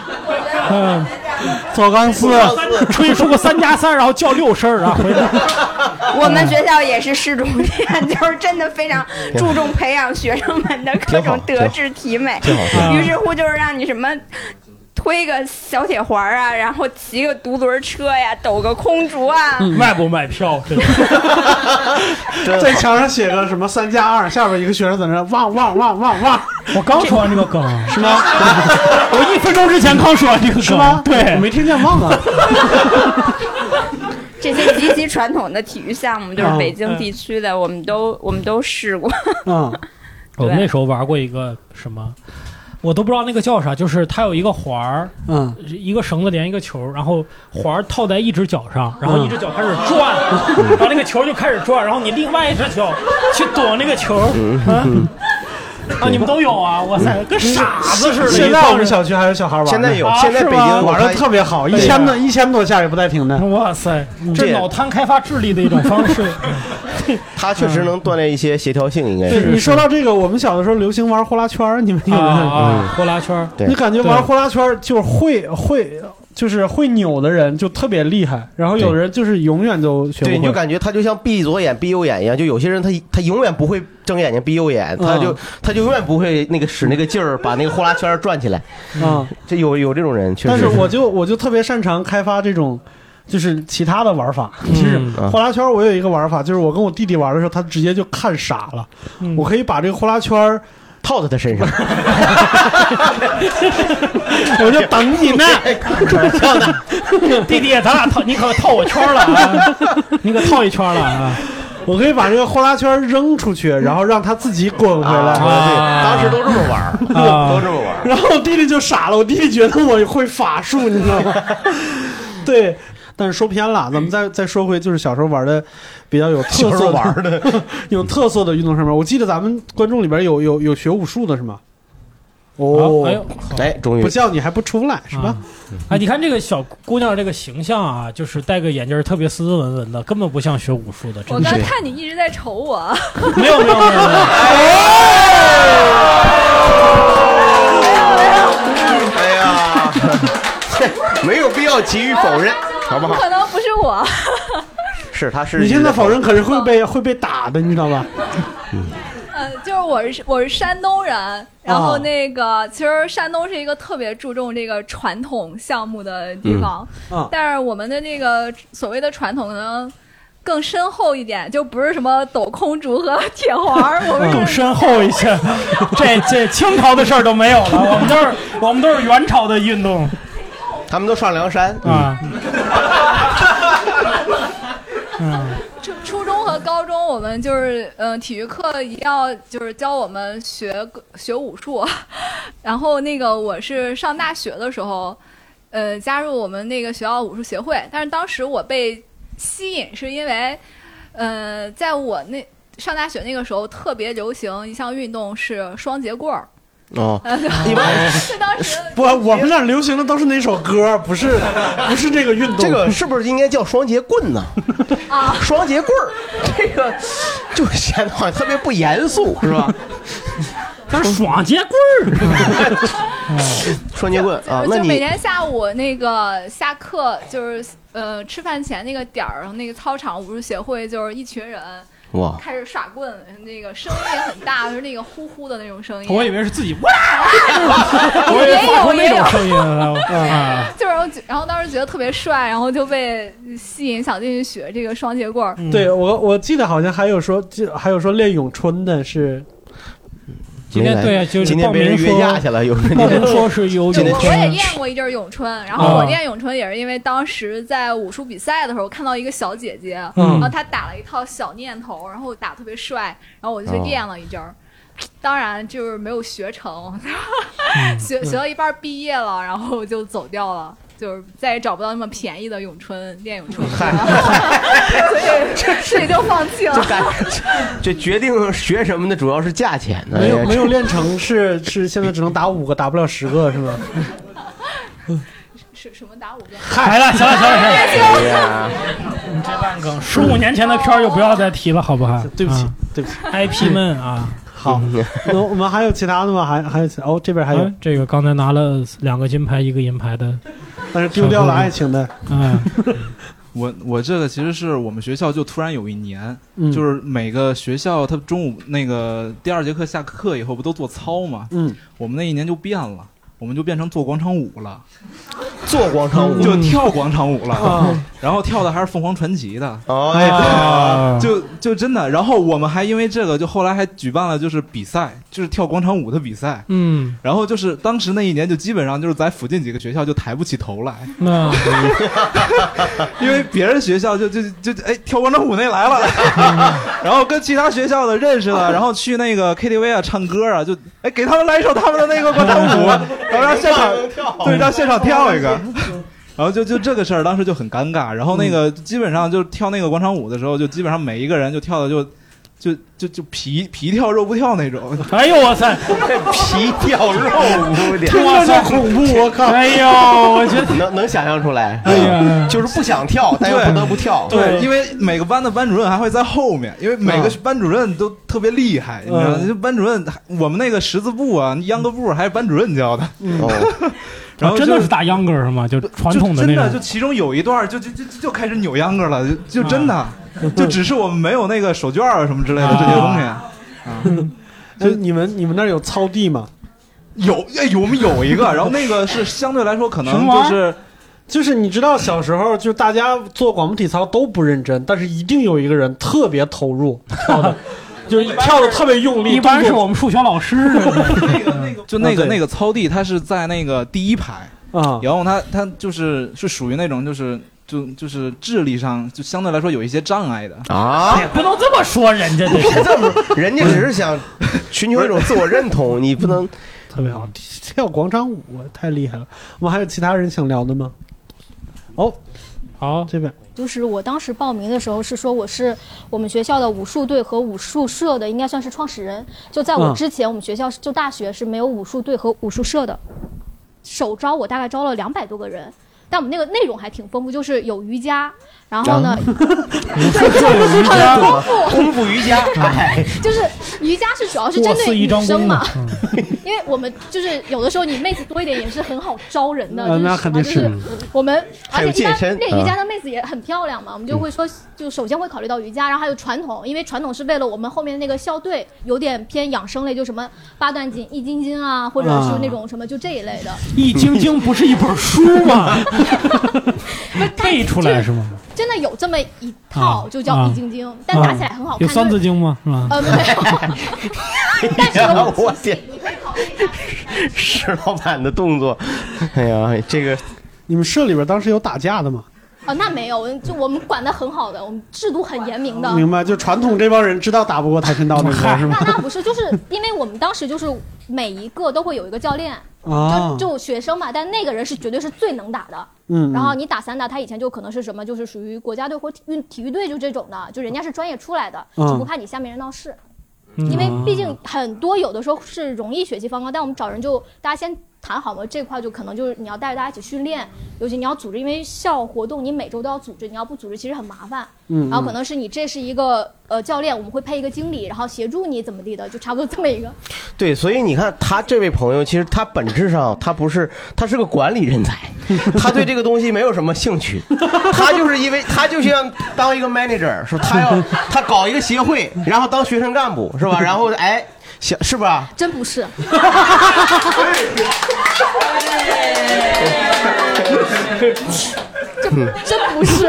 Speaker 3: 嗯，
Speaker 2: 走钢丝，
Speaker 3: 吹出个三加三，然后叫六声儿啊，回来。
Speaker 11: 我们学校也是试中这样， 就是真的非常注重培养学生们的各种德智体美。
Speaker 4: 挺好，挺好
Speaker 11: 于是乎就是让你什么。推个小铁环儿啊，然后骑个独轮车呀，抖个空竹啊，
Speaker 2: 嗯
Speaker 3: 卖不卖票？这个
Speaker 2: 在墙上写个什么三加二，下边一个学生在那汪汪汪汪汪，
Speaker 3: 我刚说完这个梗，啊
Speaker 2: 是吗？
Speaker 3: 我一分钟之前刚说完这个梗，
Speaker 2: 是吗？
Speaker 3: 对
Speaker 2: 我，没听见汪啊。
Speaker 11: 这些极其传统的体育项目，就是
Speaker 2: 啊
Speaker 11: 北京地区的，我们都我们都试过。
Speaker 2: 嗯，
Speaker 3: 我们那时候玩过一个什么，我都不知道那个叫啥，就是它有一个环儿，
Speaker 2: 嗯，
Speaker 3: 一个绳子连一个球，然后环儿套在一只脚上， 然后一只脚开始转，然后那个球就开始转，然后你另外一只脚去躲那个球，啊，
Speaker 4: 嗯
Speaker 3: 啊，你们都有啊！哇塞，跟傻子似的。
Speaker 2: 现
Speaker 3: 一
Speaker 2: 在
Speaker 3: 帮
Speaker 2: 我们
Speaker 3: 人
Speaker 2: 小区还有小孩玩呢，
Speaker 4: 现在有，
Speaker 3: 啊
Speaker 4: 现在
Speaker 3: 是
Speaker 4: 北
Speaker 3: 吗
Speaker 4: 京
Speaker 2: 玩的特别好，一
Speaker 4: 啊
Speaker 2: 千多一千多下也不带停的。
Speaker 3: 哇塞，这
Speaker 4: 这
Speaker 3: 脑瘫开发智力的一种方 式。
Speaker 4: 他确实能锻炼一些协调性，应该
Speaker 2: 对
Speaker 4: 是
Speaker 2: 你说到这个，我们小的时候流行玩呼啦圈儿，你们有没有？
Speaker 3: 啊，呼啦圈儿，
Speaker 4: 嗯对
Speaker 2: 你感觉玩呼啦圈儿就是会会就是会扭的人就特别厉害，然后有的人就是永远都学
Speaker 4: 对，
Speaker 2: 不
Speaker 4: 你就
Speaker 2: 会。
Speaker 4: 感觉他就像闭左眼闭右眼一样，就有些人他他永远不会睁眼睛闭右眼，他就他就永远不会那个使那个劲儿把那个呼啦圈儿转起来。
Speaker 2: 啊、
Speaker 4: 这有有这种人，确实。
Speaker 2: 但是我就我就特别擅长开发这种。就是其他的玩法，其实
Speaker 4: 嗯
Speaker 2: 呼啦圈儿我有一个玩法，就是我跟我弟弟玩的时候，他直接就看傻了。
Speaker 3: 嗯
Speaker 2: 我可以把这个呼啦圈儿，
Speaker 4: 套在他身 上，
Speaker 2: 我就等你呢。
Speaker 3: 弟弟，咱俩套，你可套我圈儿了 啊，你可套一圈儿了啊！
Speaker 2: 我可以把这个呼啦圈儿扔出去，然后让他自己滚回来。
Speaker 4: 啊对，当时都这么玩儿，
Speaker 3: 啊
Speaker 4: 都这么玩儿。
Speaker 2: 然后我弟弟就傻了，我弟弟觉得我会法术，你知 道吗？对，但是说偏了，咱们再再说回就是小时候玩的比较有特
Speaker 4: 小时
Speaker 2: 色
Speaker 4: 候玩儿
Speaker 2: 的、 有特色的运动上面，我记得咱们观众里边有有有学武术的是吗？哦，
Speaker 3: 哎呦，
Speaker 4: 哎，终于
Speaker 2: 不叫你还不出来是吧
Speaker 3: 啊？？哎，你看这个小姑娘这个形象啊，就是戴个眼镜儿，特别斯斯文文的，根本不像学武术的。真
Speaker 12: 我
Speaker 3: 的
Speaker 12: 刚看你一直在瞅我，
Speaker 3: 没有没有没有没有，
Speaker 4: 哎呀， 没有必要急于否认，好不好？
Speaker 12: 可能不是我。
Speaker 4: 是，他是
Speaker 2: 你现在否认可是会被会被打的，你知道 吧？
Speaker 12: 呃，就是我是我是山东人，然
Speaker 3: 哦
Speaker 12: 后那个、其实山东是一个特别注重这个传统项目的地方，
Speaker 2: 嗯啊
Speaker 12: 但是我们的这个所谓的传统呢。更深厚一点，就不是什么抖空竹和 铁环儿，我们
Speaker 3: 更
Speaker 12: 是
Speaker 3: 深厚嗯一些。这这清朝的事儿都没有了，我们都是我们都是元朝的运动
Speaker 4: 他们都上梁山，
Speaker 3: 啊。嗯
Speaker 12: 初初中和高中，我们就是呃，体育课一定要就是教我们学学武术， 然后那个我是上大学的时候，呃，加入我们那个学校武术协会，但是当时我被吸引是因为，呃，在我那上大学那个时候特别流行一项运动是双节棍儿，
Speaker 4: 哦，
Speaker 12: 呃，
Speaker 4: 一般
Speaker 12: 就当时
Speaker 2: 不，我们那流行的都是那首歌，不是不是这个运动。
Speaker 4: 这个是不是应该叫双节棍呢？
Speaker 12: 啊，
Speaker 4: 双节棍儿，这个就显得好像特别不严肃，是吧？
Speaker 3: 他是爽节棍儿，
Speaker 4: 双节棍啊，那
Speaker 12: 就每
Speaker 4: 你
Speaker 12: 天下午那个下课，就是呃吃饭前那个点儿，然后那个操场武术协会就是一群人
Speaker 4: 哇，
Speaker 12: 开始耍棍，那个声音也很大，就是那个呼呼的那种声音。
Speaker 7: 嗯
Speaker 3: 我以为是自己哇，我以为发出那种声音啊。
Speaker 2: 嗯
Speaker 12: 就是后就然后当时觉得特别帅，然后就被吸引，想进去学这个双截棍儿。
Speaker 2: 对我我记得好像还有说，记还有说练咏春的是。
Speaker 3: 今天对啊，就是
Speaker 4: 今天被人约架去了，有人
Speaker 3: 报名说是有
Speaker 12: 就
Speaker 3: 咏
Speaker 12: 我我也
Speaker 3: 春
Speaker 12: 练过一阵儿咏春，然后我练咏春也是因为当时在武术比赛的时候，我看到一个小姐姐，
Speaker 3: 嗯
Speaker 12: 然后她打了一套小念头，然后打得特别帅，然后我就去练了一阵儿。当然就是没有学成，学学到一半儿毕业了，然后就走掉了，就是再也找不到那么便宜的咏春练咏春， 所以所以就放弃了。
Speaker 4: 这决定学什么的主要是价钱呢。
Speaker 2: 没有没有练成是 是现在只能打五个，打不了十个是吗？
Speaker 12: 什什么打五个？
Speaker 3: 嗨了行了行了嗯行了
Speaker 4: 哎呀
Speaker 3: 十五年前的片儿就不要再提了，好不好？ 啊
Speaker 2: 对不起，对不起
Speaker 3: ，IP 们啊。
Speaker 2: 好，
Speaker 4: 嗯
Speaker 2: 那我们还有其他的吗？还还有其哦，这边还有
Speaker 3: 啊，这个刚才拿了两个金牌，一个银牌的，
Speaker 2: 但是丢掉了爱情的。
Speaker 3: 嗯，
Speaker 7: 我我这个其实是我们学校就突然有一年，
Speaker 2: 嗯
Speaker 7: 就是每个学校他中午那个第二节课下课以后不都做操吗？
Speaker 2: 嗯，
Speaker 7: 我们那一年就变了，我们就变成做广场舞了，
Speaker 4: 做广场
Speaker 2: 嗯
Speaker 4: 舞
Speaker 7: 就跳广场舞了
Speaker 3: 嗯
Speaker 4: 啊，
Speaker 7: 然后跳的还是凤凰传奇的，
Speaker 4: 哎呀
Speaker 7: 就就真的，然后我们还因为这个就后来还举办了就是比赛，就是跳广场舞的比赛，
Speaker 3: 嗯，
Speaker 7: 然后就是当时那一年就基本上就是在附近几个学校就抬不起头 来，
Speaker 3: 那
Speaker 7: 因为别人学校就就就哎跳广场舞那来了，
Speaker 4: 嗯
Speaker 7: 然后跟其他学校的认识了，然后去那个 KTV 啊唱歌啊，就哎给他们来一首他们的那个广场 舞，
Speaker 10: 嗯
Speaker 7: 然后让现场
Speaker 4: 哦
Speaker 7: 对让现场跳一个。 然后就就这个事儿，当时就很尴尬。然后那
Speaker 4: 嗯
Speaker 7: 个基本上就跳那个广场舞的时候，就基本上每一个人就跳的就就就就皮皮跳肉不跳那种。
Speaker 3: 哎呦我操，
Speaker 4: 皮 跳肉 不跳，
Speaker 3: 听着就恐
Speaker 2: 怖，我靠
Speaker 3: 哎呦我
Speaker 4: 觉得能能想象出来，
Speaker 7: 哎呀
Speaker 4: 就是不想跳，但又不得不跳，
Speaker 7: 对，因为每个班的班主任还会在后面，因为每
Speaker 4: 嗯
Speaker 7: 个班主任都特别厉害，你知道吗？
Speaker 3: 嗯
Speaker 7: 就班主任，我们那个十字步啊、秧歌步还是班主任教的。
Speaker 4: 哦，
Speaker 7: 然后
Speaker 3: 啊真
Speaker 7: 就
Speaker 3: 的是打秧歌是吗？就传
Speaker 7: 就
Speaker 3: 统
Speaker 7: 真
Speaker 3: 那
Speaker 7: 的，就
Speaker 3: 种。
Speaker 7: 其中有一段就就就就就开始扭秧歌了，就就真
Speaker 3: 啊
Speaker 7: 的，就只是我们没有那个手绢啊什么之类的这些东西。啊
Speaker 2: 就你们 你们那儿有操地吗？
Speaker 7: 有哎，我们有一个，然后那个是相对来说可能就是
Speaker 2: 就是你知道小时候就大家做广播体操都不认真，但是一定有一个人特别投入跳的，就是跳的特别用力。
Speaker 3: 一般是
Speaker 2: 动作
Speaker 3: 我们数学老师，
Speaker 7: 就那个
Speaker 2: 啊对
Speaker 7: 那个操地，它是在那个第一排
Speaker 2: 啊，
Speaker 7: 然后它它就是是属于那种就是就就是智力上就相对来说有一些障碍的
Speaker 4: 啊，
Speaker 3: 哎不能这么说人家 这
Speaker 4: 是这么，人家只是想寻求一种自我认同，你不能
Speaker 2: 嗯特别好，跳广场舞太厉害了。我们还有其他人想聊的吗？哦，
Speaker 3: 好，
Speaker 2: 这边
Speaker 10: 就是我当时报名的时候是说我是我们学校的武术队和武术社的，应该算是创始人。就在我
Speaker 13: 嗯
Speaker 10: 之前，我们学校是就大学是没有武术队和武术社的。首招我大概招了两百多个人，但我们那个内容还挺丰富，就是有瑜伽，然后呢，
Speaker 4: 瑜伽
Speaker 10: 功夫
Speaker 4: 功夫瑜伽，哎，
Speaker 10: 就是瑜伽是主要是针对女生嘛， 因为我们就是有的时候你妹子多一点也是很好招人的，
Speaker 2: 啊
Speaker 10: 就是
Speaker 2: 那
Speaker 10: 什
Speaker 2: 肯
Speaker 10: 么
Speaker 2: 定
Speaker 10: 就是
Speaker 2: 是
Speaker 10: 我们，
Speaker 2: 还有
Speaker 10: 而且一般
Speaker 2: 健身
Speaker 10: 练瑜伽
Speaker 2: 啊
Speaker 10: 的妹子也很漂亮嘛，我们就会说，就首先会考虑到瑜伽，然后还有传统，因为传统是为了我们后面那个校队有点偏养生类，就什么八段锦、易筋经啊，或者是那种什么就这一类的，
Speaker 3: 易筋经不是一本书吗？ 背出来是吗？
Speaker 10: 真的有这么一套
Speaker 3: 啊
Speaker 10: 就叫易筋经，但打起来很好看。
Speaker 3: 有《三字经》吗？是吧？
Speaker 10: 呃，没有，但是呢
Speaker 4: 我天，石老板的动作，哎呀，这个
Speaker 2: 你们社里边当时有打架的吗？
Speaker 10: 哦，那没有，就我们管得很好的，我们制度很严明的。
Speaker 2: 明白，就传统这帮人知道打不过跆拳道那种是
Speaker 10: 那
Speaker 2: 吗？
Speaker 10: 啊 那不是，就是因为我们当时就是每一个都会有一个教练，
Speaker 2: 啊
Speaker 10: 就就学生嘛，但那个人是绝对是最能打的。
Speaker 2: 嗯嗯
Speaker 10: 然后你打散打，他以前就可能是什么，就是属于国家队或体育体育队就这种的，就人家是专业出来的，
Speaker 13: 嗯
Speaker 10: 只不怕你下面人闹事。
Speaker 13: 嗯
Speaker 10: 因为毕竟很多有的时候是容易血气方刚，但我们找人就大家先谈好嘛，这块就可能就是你要带着大家一起训练，尤其你要组织，因为校活动你每周都要组织，你要不组织其实很麻烦。
Speaker 13: 嗯
Speaker 10: 然后
Speaker 13: 嗯
Speaker 10: 可能是你这是一个呃教练，我们会配一个经理，然后协助你怎么地的，就差不多这么一个。
Speaker 4: 对，所以你看他这位朋友，其实他本质上他不是，他是个管理人才，他对这个东西没有什么兴趣，他就是因为他就像当一个 manager，说他要他搞一个协会，然后当学生干部是吧？然后哎。想是吧？
Speaker 10: 真不 是。
Speaker 4: 嗯
Speaker 10: 真不是，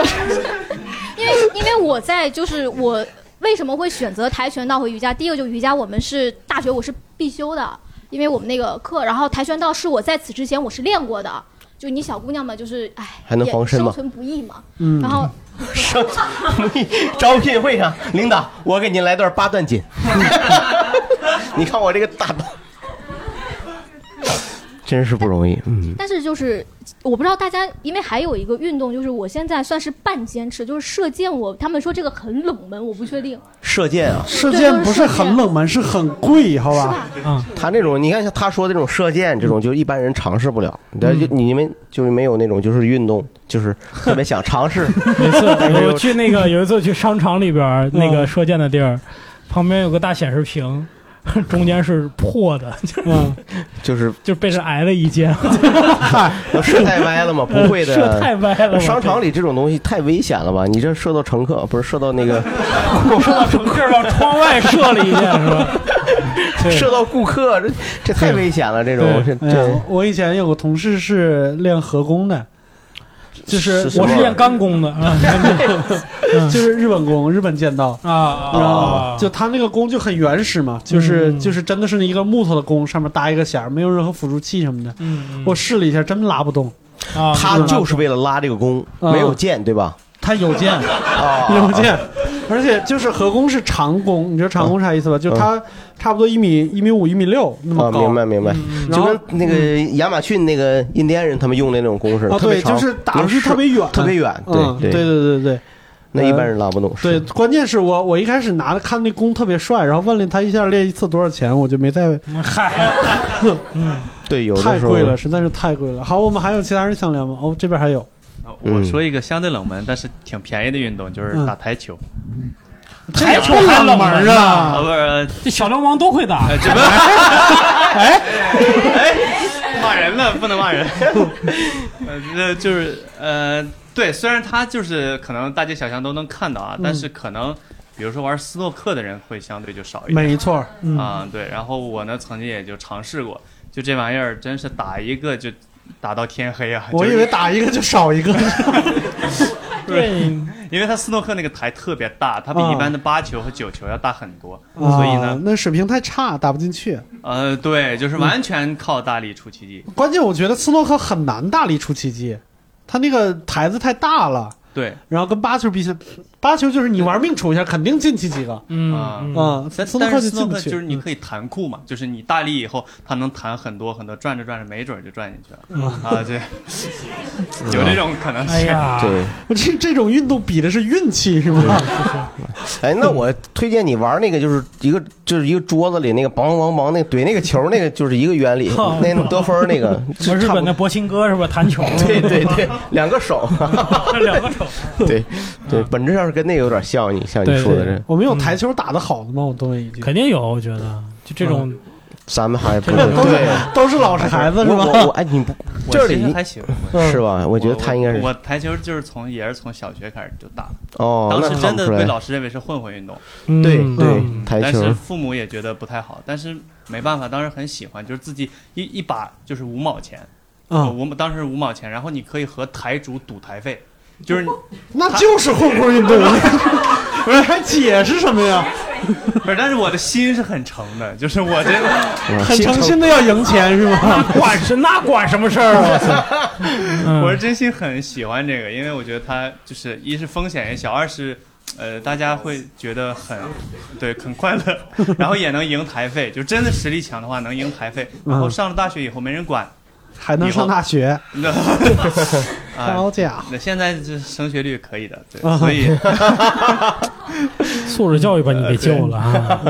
Speaker 10: 因为因为我在就是我为什么会选择跆拳道和瑜伽？第一个就瑜伽，我们是大学我是必修的，因为我们那个课。然后跆拳道是我在此之前我是练过的，就你小姑娘嘛，就是哎，
Speaker 4: 还能防身吗
Speaker 10: 也生存不易嘛。
Speaker 4: 嗯
Speaker 10: 然后
Speaker 4: 生招聘会上，领导，我给您来段八段锦。 你看我这个大， 真是不容易。嗯，
Speaker 10: 但是就是我不知道大家，因为还有一个运动，就是我现在算是半坚持，就是射箭我。他们说这个很冷门，我不确定。
Speaker 4: 射箭啊，
Speaker 2: 射箭不是很冷门，是很贵，好吧？
Speaker 4: 嗯，他那种你看像他说的这种射箭这种，就一般人尝试不了。
Speaker 2: 嗯
Speaker 4: 但就你们就是没有那种就是运动，就是特别想 尝试。
Speaker 3: 每次
Speaker 4: 哎
Speaker 3: 我去那个有一次去商场里边儿那个射箭的地儿，旁边有个大显示屏，中间是破的，嗯，
Speaker 4: 就是
Speaker 3: 就被人挨了一箭。
Speaker 4: 我射太歪了吗？不会 的，
Speaker 3: 射太歪了吗
Speaker 4: 商场里这种东西太危险了吧？你这射到乘客不是射到那个，
Speaker 3: 射到乘客往窗外射了一箭 是吧？对
Speaker 4: 射到顾客，这这太危险了。这种这
Speaker 2: 哎呀
Speaker 4: 这，
Speaker 2: 我以前有个同事是练和工的，就是
Speaker 4: 是什么我是练
Speaker 3: 钢工 的，
Speaker 2: 啊嗯就是日本工，日本剑道
Speaker 3: 啊
Speaker 2: 你知道吗？就他那个弓就很原始嘛，就是
Speaker 3: 嗯
Speaker 2: 就是真的是一个木头的弓，上面搭一个弦儿，没有任何辅助器什么的。
Speaker 3: 嗯
Speaker 2: 我试了一下，真拉不动。
Speaker 3: 啊
Speaker 4: 他就是为了拉这个弓，
Speaker 3: 嗯
Speaker 2: 啊
Speaker 4: 没有啊箭对吧？
Speaker 2: 他有剑， 有剑，而且就是合弓是长弓，你知道长弓啥意思吧？就它差不多一米一米五、一米六那么
Speaker 4: 啊，
Speaker 2: 高。嗯
Speaker 4: 明白明白，
Speaker 3: 嗯
Speaker 2: 然
Speaker 4: 就
Speaker 2: 后嗯
Speaker 4: 跟那个亚马逊那个印第安人他们用的那种弓似的，
Speaker 2: 啊，
Speaker 4: 特别
Speaker 2: 对，
Speaker 4: 长嗯
Speaker 2: 就是打出去特别远，
Speaker 4: 特别远，
Speaker 2: 嗯
Speaker 4: 对
Speaker 2: 对
Speaker 4: 对
Speaker 2: 对对，
Speaker 4: 那一般人拉不动。
Speaker 2: 对，关键是我我一开始拿的看那弓特别帅，然后问了他一下练一次多少钱，我就没再。
Speaker 3: 嗨，
Speaker 4: 对，有
Speaker 2: 太
Speaker 4: 的时候
Speaker 2: 贵了，实在是太贵了。好，我们还有其他人想聊吗？哦，这边还有。
Speaker 5: 我说一个相对冷门但是挺便宜的运动，就是打台球。
Speaker 3: 嗯台球还冷门
Speaker 5: 呃
Speaker 3: 啊？
Speaker 5: 不是，呃
Speaker 3: 这小流氓都会打。
Speaker 4: 哎
Speaker 10: 哎
Speaker 5: 骂人了，不能骂人。 呃，那就是呃，对，虽然他就是可能大街小巷都能看到啊
Speaker 2: 嗯，
Speaker 5: 但是可能比如说玩斯诺克的人会相对就少一点。
Speaker 2: 没错嗯
Speaker 5: 哎啊，对。然后我呢，曾经也就尝试过，就这玩意儿真是打一个就打到天黑啊。
Speaker 2: 我
Speaker 5: 就是
Speaker 2: 以为打一个就少一个。
Speaker 5: 对
Speaker 3: 对，，，
Speaker 5: 因为他斯诺克那个台特别大，它比
Speaker 2: 啊
Speaker 5: 一般的八球和九球要大很多，所以
Speaker 2: 啊
Speaker 5: 呢，，
Speaker 2: 那水平太差，打不进去。
Speaker 5: 呃，对，就是完全靠大力出奇迹。
Speaker 2: 关键我觉得斯诺克很难大力出奇迹，他那个台子太大了，
Speaker 5: 对，
Speaker 2: 然后跟八球比起来，八球就是你玩命杵一下，肯定进去几个。
Speaker 5: 啊
Speaker 2: 啊，
Speaker 5: 但
Speaker 2: 斯诺
Speaker 5: 但
Speaker 2: 克
Speaker 5: 是
Speaker 2: 就
Speaker 5: 斯
Speaker 2: 进
Speaker 5: 诺
Speaker 2: 不
Speaker 5: 克
Speaker 2: 去。嗯
Speaker 5: 就是你可以弹库嘛，就是你大力以后，它能弹很多很多，转着转着，没准儿就转进去了
Speaker 2: 嗯
Speaker 5: 啊，对，有这种可能性。
Speaker 2: 哎呀
Speaker 4: 对，
Speaker 2: 我这这种运动比的是运气是吗？
Speaker 4: 哎，那我推荐你玩那个，就是一个就是一个桌子里那个梆梆梆那个怼那个球那个，就是一个原理
Speaker 2: 哦
Speaker 4: 那能得分儿那 个
Speaker 3: 我哦日本的博兴哥是吧？弹球，
Speaker 4: 对对对，两个手，
Speaker 3: 两个手，
Speaker 4: 对对，本质上是跟那个有点像，你像你说的这，
Speaker 2: 我们有台球打得好的吗？我都问一句。
Speaker 3: 嗯肯定有，我觉得就这种
Speaker 2: 嗯
Speaker 4: 咱们还不
Speaker 2: 这都是
Speaker 4: 对，啊
Speaker 2: 都是老实孩子是吧嗯
Speaker 4: 我我我哎，你不
Speaker 5: 我
Speaker 4: 这
Speaker 5: 其
Speaker 4: 里嗯
Speaker 5: 实还行
Speaker 4: 是吧？我觉得他应该是
Speaker 5: 我台球就是从也是从小学开始就打，
Speaker 4: 哦
Speaker 5: 当
Speaker 4: 那
Speaker 5: 时
Speaker 4: 看
Speaker 5: 真
Speaker 4: 不
Speaker 5: 的
Speaker 4: 出来
Speaker 5: 被老师认为是混混运动，
Speaker 2: 嗯
Speaker 4: 对对台
Speaker 5: 但
Speaker 4: 球
Speaker 5: 是父母也觉得不太好，但是没办法，当时很喜欢，就是自己一一把就是五毛钱，
Speaker 2: 啊
Speaker 5: 呃五毛当时是五毛钱，然后你可以和台主赌台费，就是你
Speaker 2: 那就是混混运动，不是还解释什么呀？
Speaker 5: 不是，但是我的心是很诚的，就是我这个
Speaker 2: 很诚心的要赢钱是吗？
Speaker 3: 管是那管什么事儿啊？我操！
Speaker 5: 我是真心很喜欢这个，因为我觉得它就是一是风险也小，二是呃大家会觉得很对很快乐， 然后也能赢台费，就真的实力强的话能赢台费，
Speaker 2: 嗯
Speaker 5: 然后上了大学以后没人管。
Speaker 2: 还能上大学？
Speaker 5: 那 啊
Speaker 2: 好家伙！
Speaker 5: 那现在这升学率可以的，对，
Speaker 3: 啊
Speaker 5: 所以
Speaker 3: 素质教育把你给救了 啊！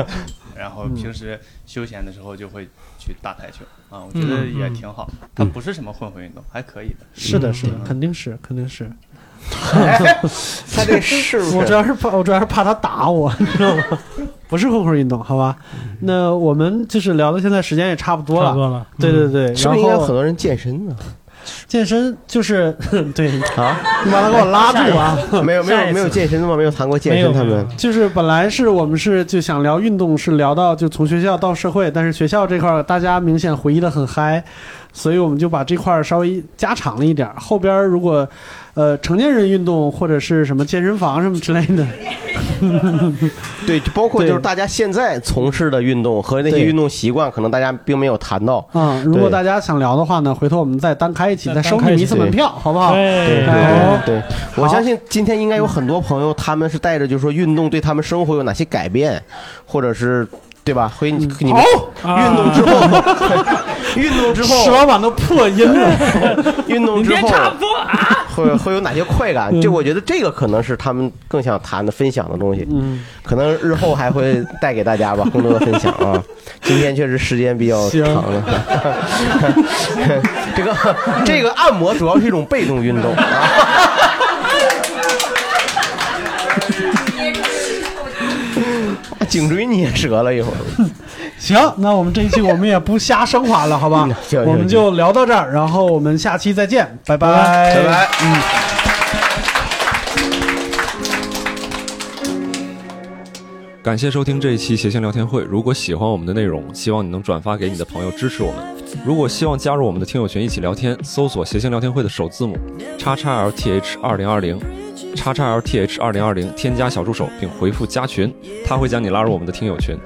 Speaker 5: 然后平时休闲的时候就会去打台球啊，我觉得
Speaker 3: 嗯
Speaker 5: 也
Speaker 3: 嗯
Speaker 5: 挺好。它不是什么混混运动，还可以的。
Speaker 2: 是的，是的
Speaker 5: 嗯，
Speaker 2: 肯定是，肯定是。
Speaker 4: 他这是不是
Speaker 2: 我主要是怕，我主要是怕他打我， 你知道吗？不是混混运动，好吧？
Speaker 5: 嗯
Speaker 2: 那我们就是聊到现在，时间也差不多了。嗯
Speaker 4: 差不多了
Speaker 5: 嗯
Speaker 2: 对对对，
Speaker 4: 是
Speaker 2: 然后
Speaker 4: 不是应该很多人健身呢？
Speaker 13: 健身就是对
Speaker 4: 啊，！
Speaker 2: 你把他给我拉住啊
Speaker 4: 没有没有没有健身的吗？没有谈过健身，他们
Speaker 2: 就是本来是我们是就想聊运动，是聊到就从学校到社会，但是学校这块儿大家明显回忆的很嗨，所以我们就把这块儿稍微加长了一点儿。后边儿如果呃成年人运动或者是什么健身房什么之类的，
Speaker 4: 对，就包括就是大家现在从事的运动和那些
Speaker 2: 对
Speaker 4: 运动习惯，可能大家并没有谈到。
Speaker 2: 啊、如果
Speaker 4: 对
Speaker 2: 大家想聊的话呢，回头我们再单开一期，再收
Speaker 4: 开
Speaker 2: 你
Speaker 4: 一
Speaker 2: 一次
Speaker 4: 期
Speaker 2: 门票，好不好？
Speaker 4: 对
Speaker 2: 哎
Speaker 4: 对对，我相信今天应该有很多朋友，他们是带着就是说运动对他们生活有哪些改变，或者是对吧？回
Speaker 2: 嗯
Speaker 4: 你你们运动之后， 运动之后，
Speaker 2: 石老板都破音
Speaker 4: 了。运动之
Speaker 3: 啊
Speaker 4: 后
Speaker 2: 你别插
Speaker 4: 会会有哪些快感？这我觉得这个可能是他们更想谈的分享的东西，
Speaker 2: 嗯，
Speaker 4: 可能日后还会带给大家吧，更多的分享啊。今天确实时间比较
Speaker 2: 行
Speaker 4: 长了， 这个这个按摩主要是一种被动运动啊。 颈椎捏折了一会儿，
Speaker 2: 行，那我们这一期我们也不瞎升华了，好吧？
Speaker 4: 行
Speaker 2: 我们就聊到这儿，然后我们下期再见，拜拜，
Speaker 4: 拜拜，
Speaker 2: 嗯。
Speaker 1: 感谢收听这一期谐星聊天会。如果喜欢我们的内容，希望你能转发给你的朋友支持我们。如果希望加入我们的听友群一起聊天，搜索谐星聊天会的首字母叉叉 L T H 二零二零叉叉 L T H 二零二零，添加小助手并回复加群，他会将你拉入我们的听友群。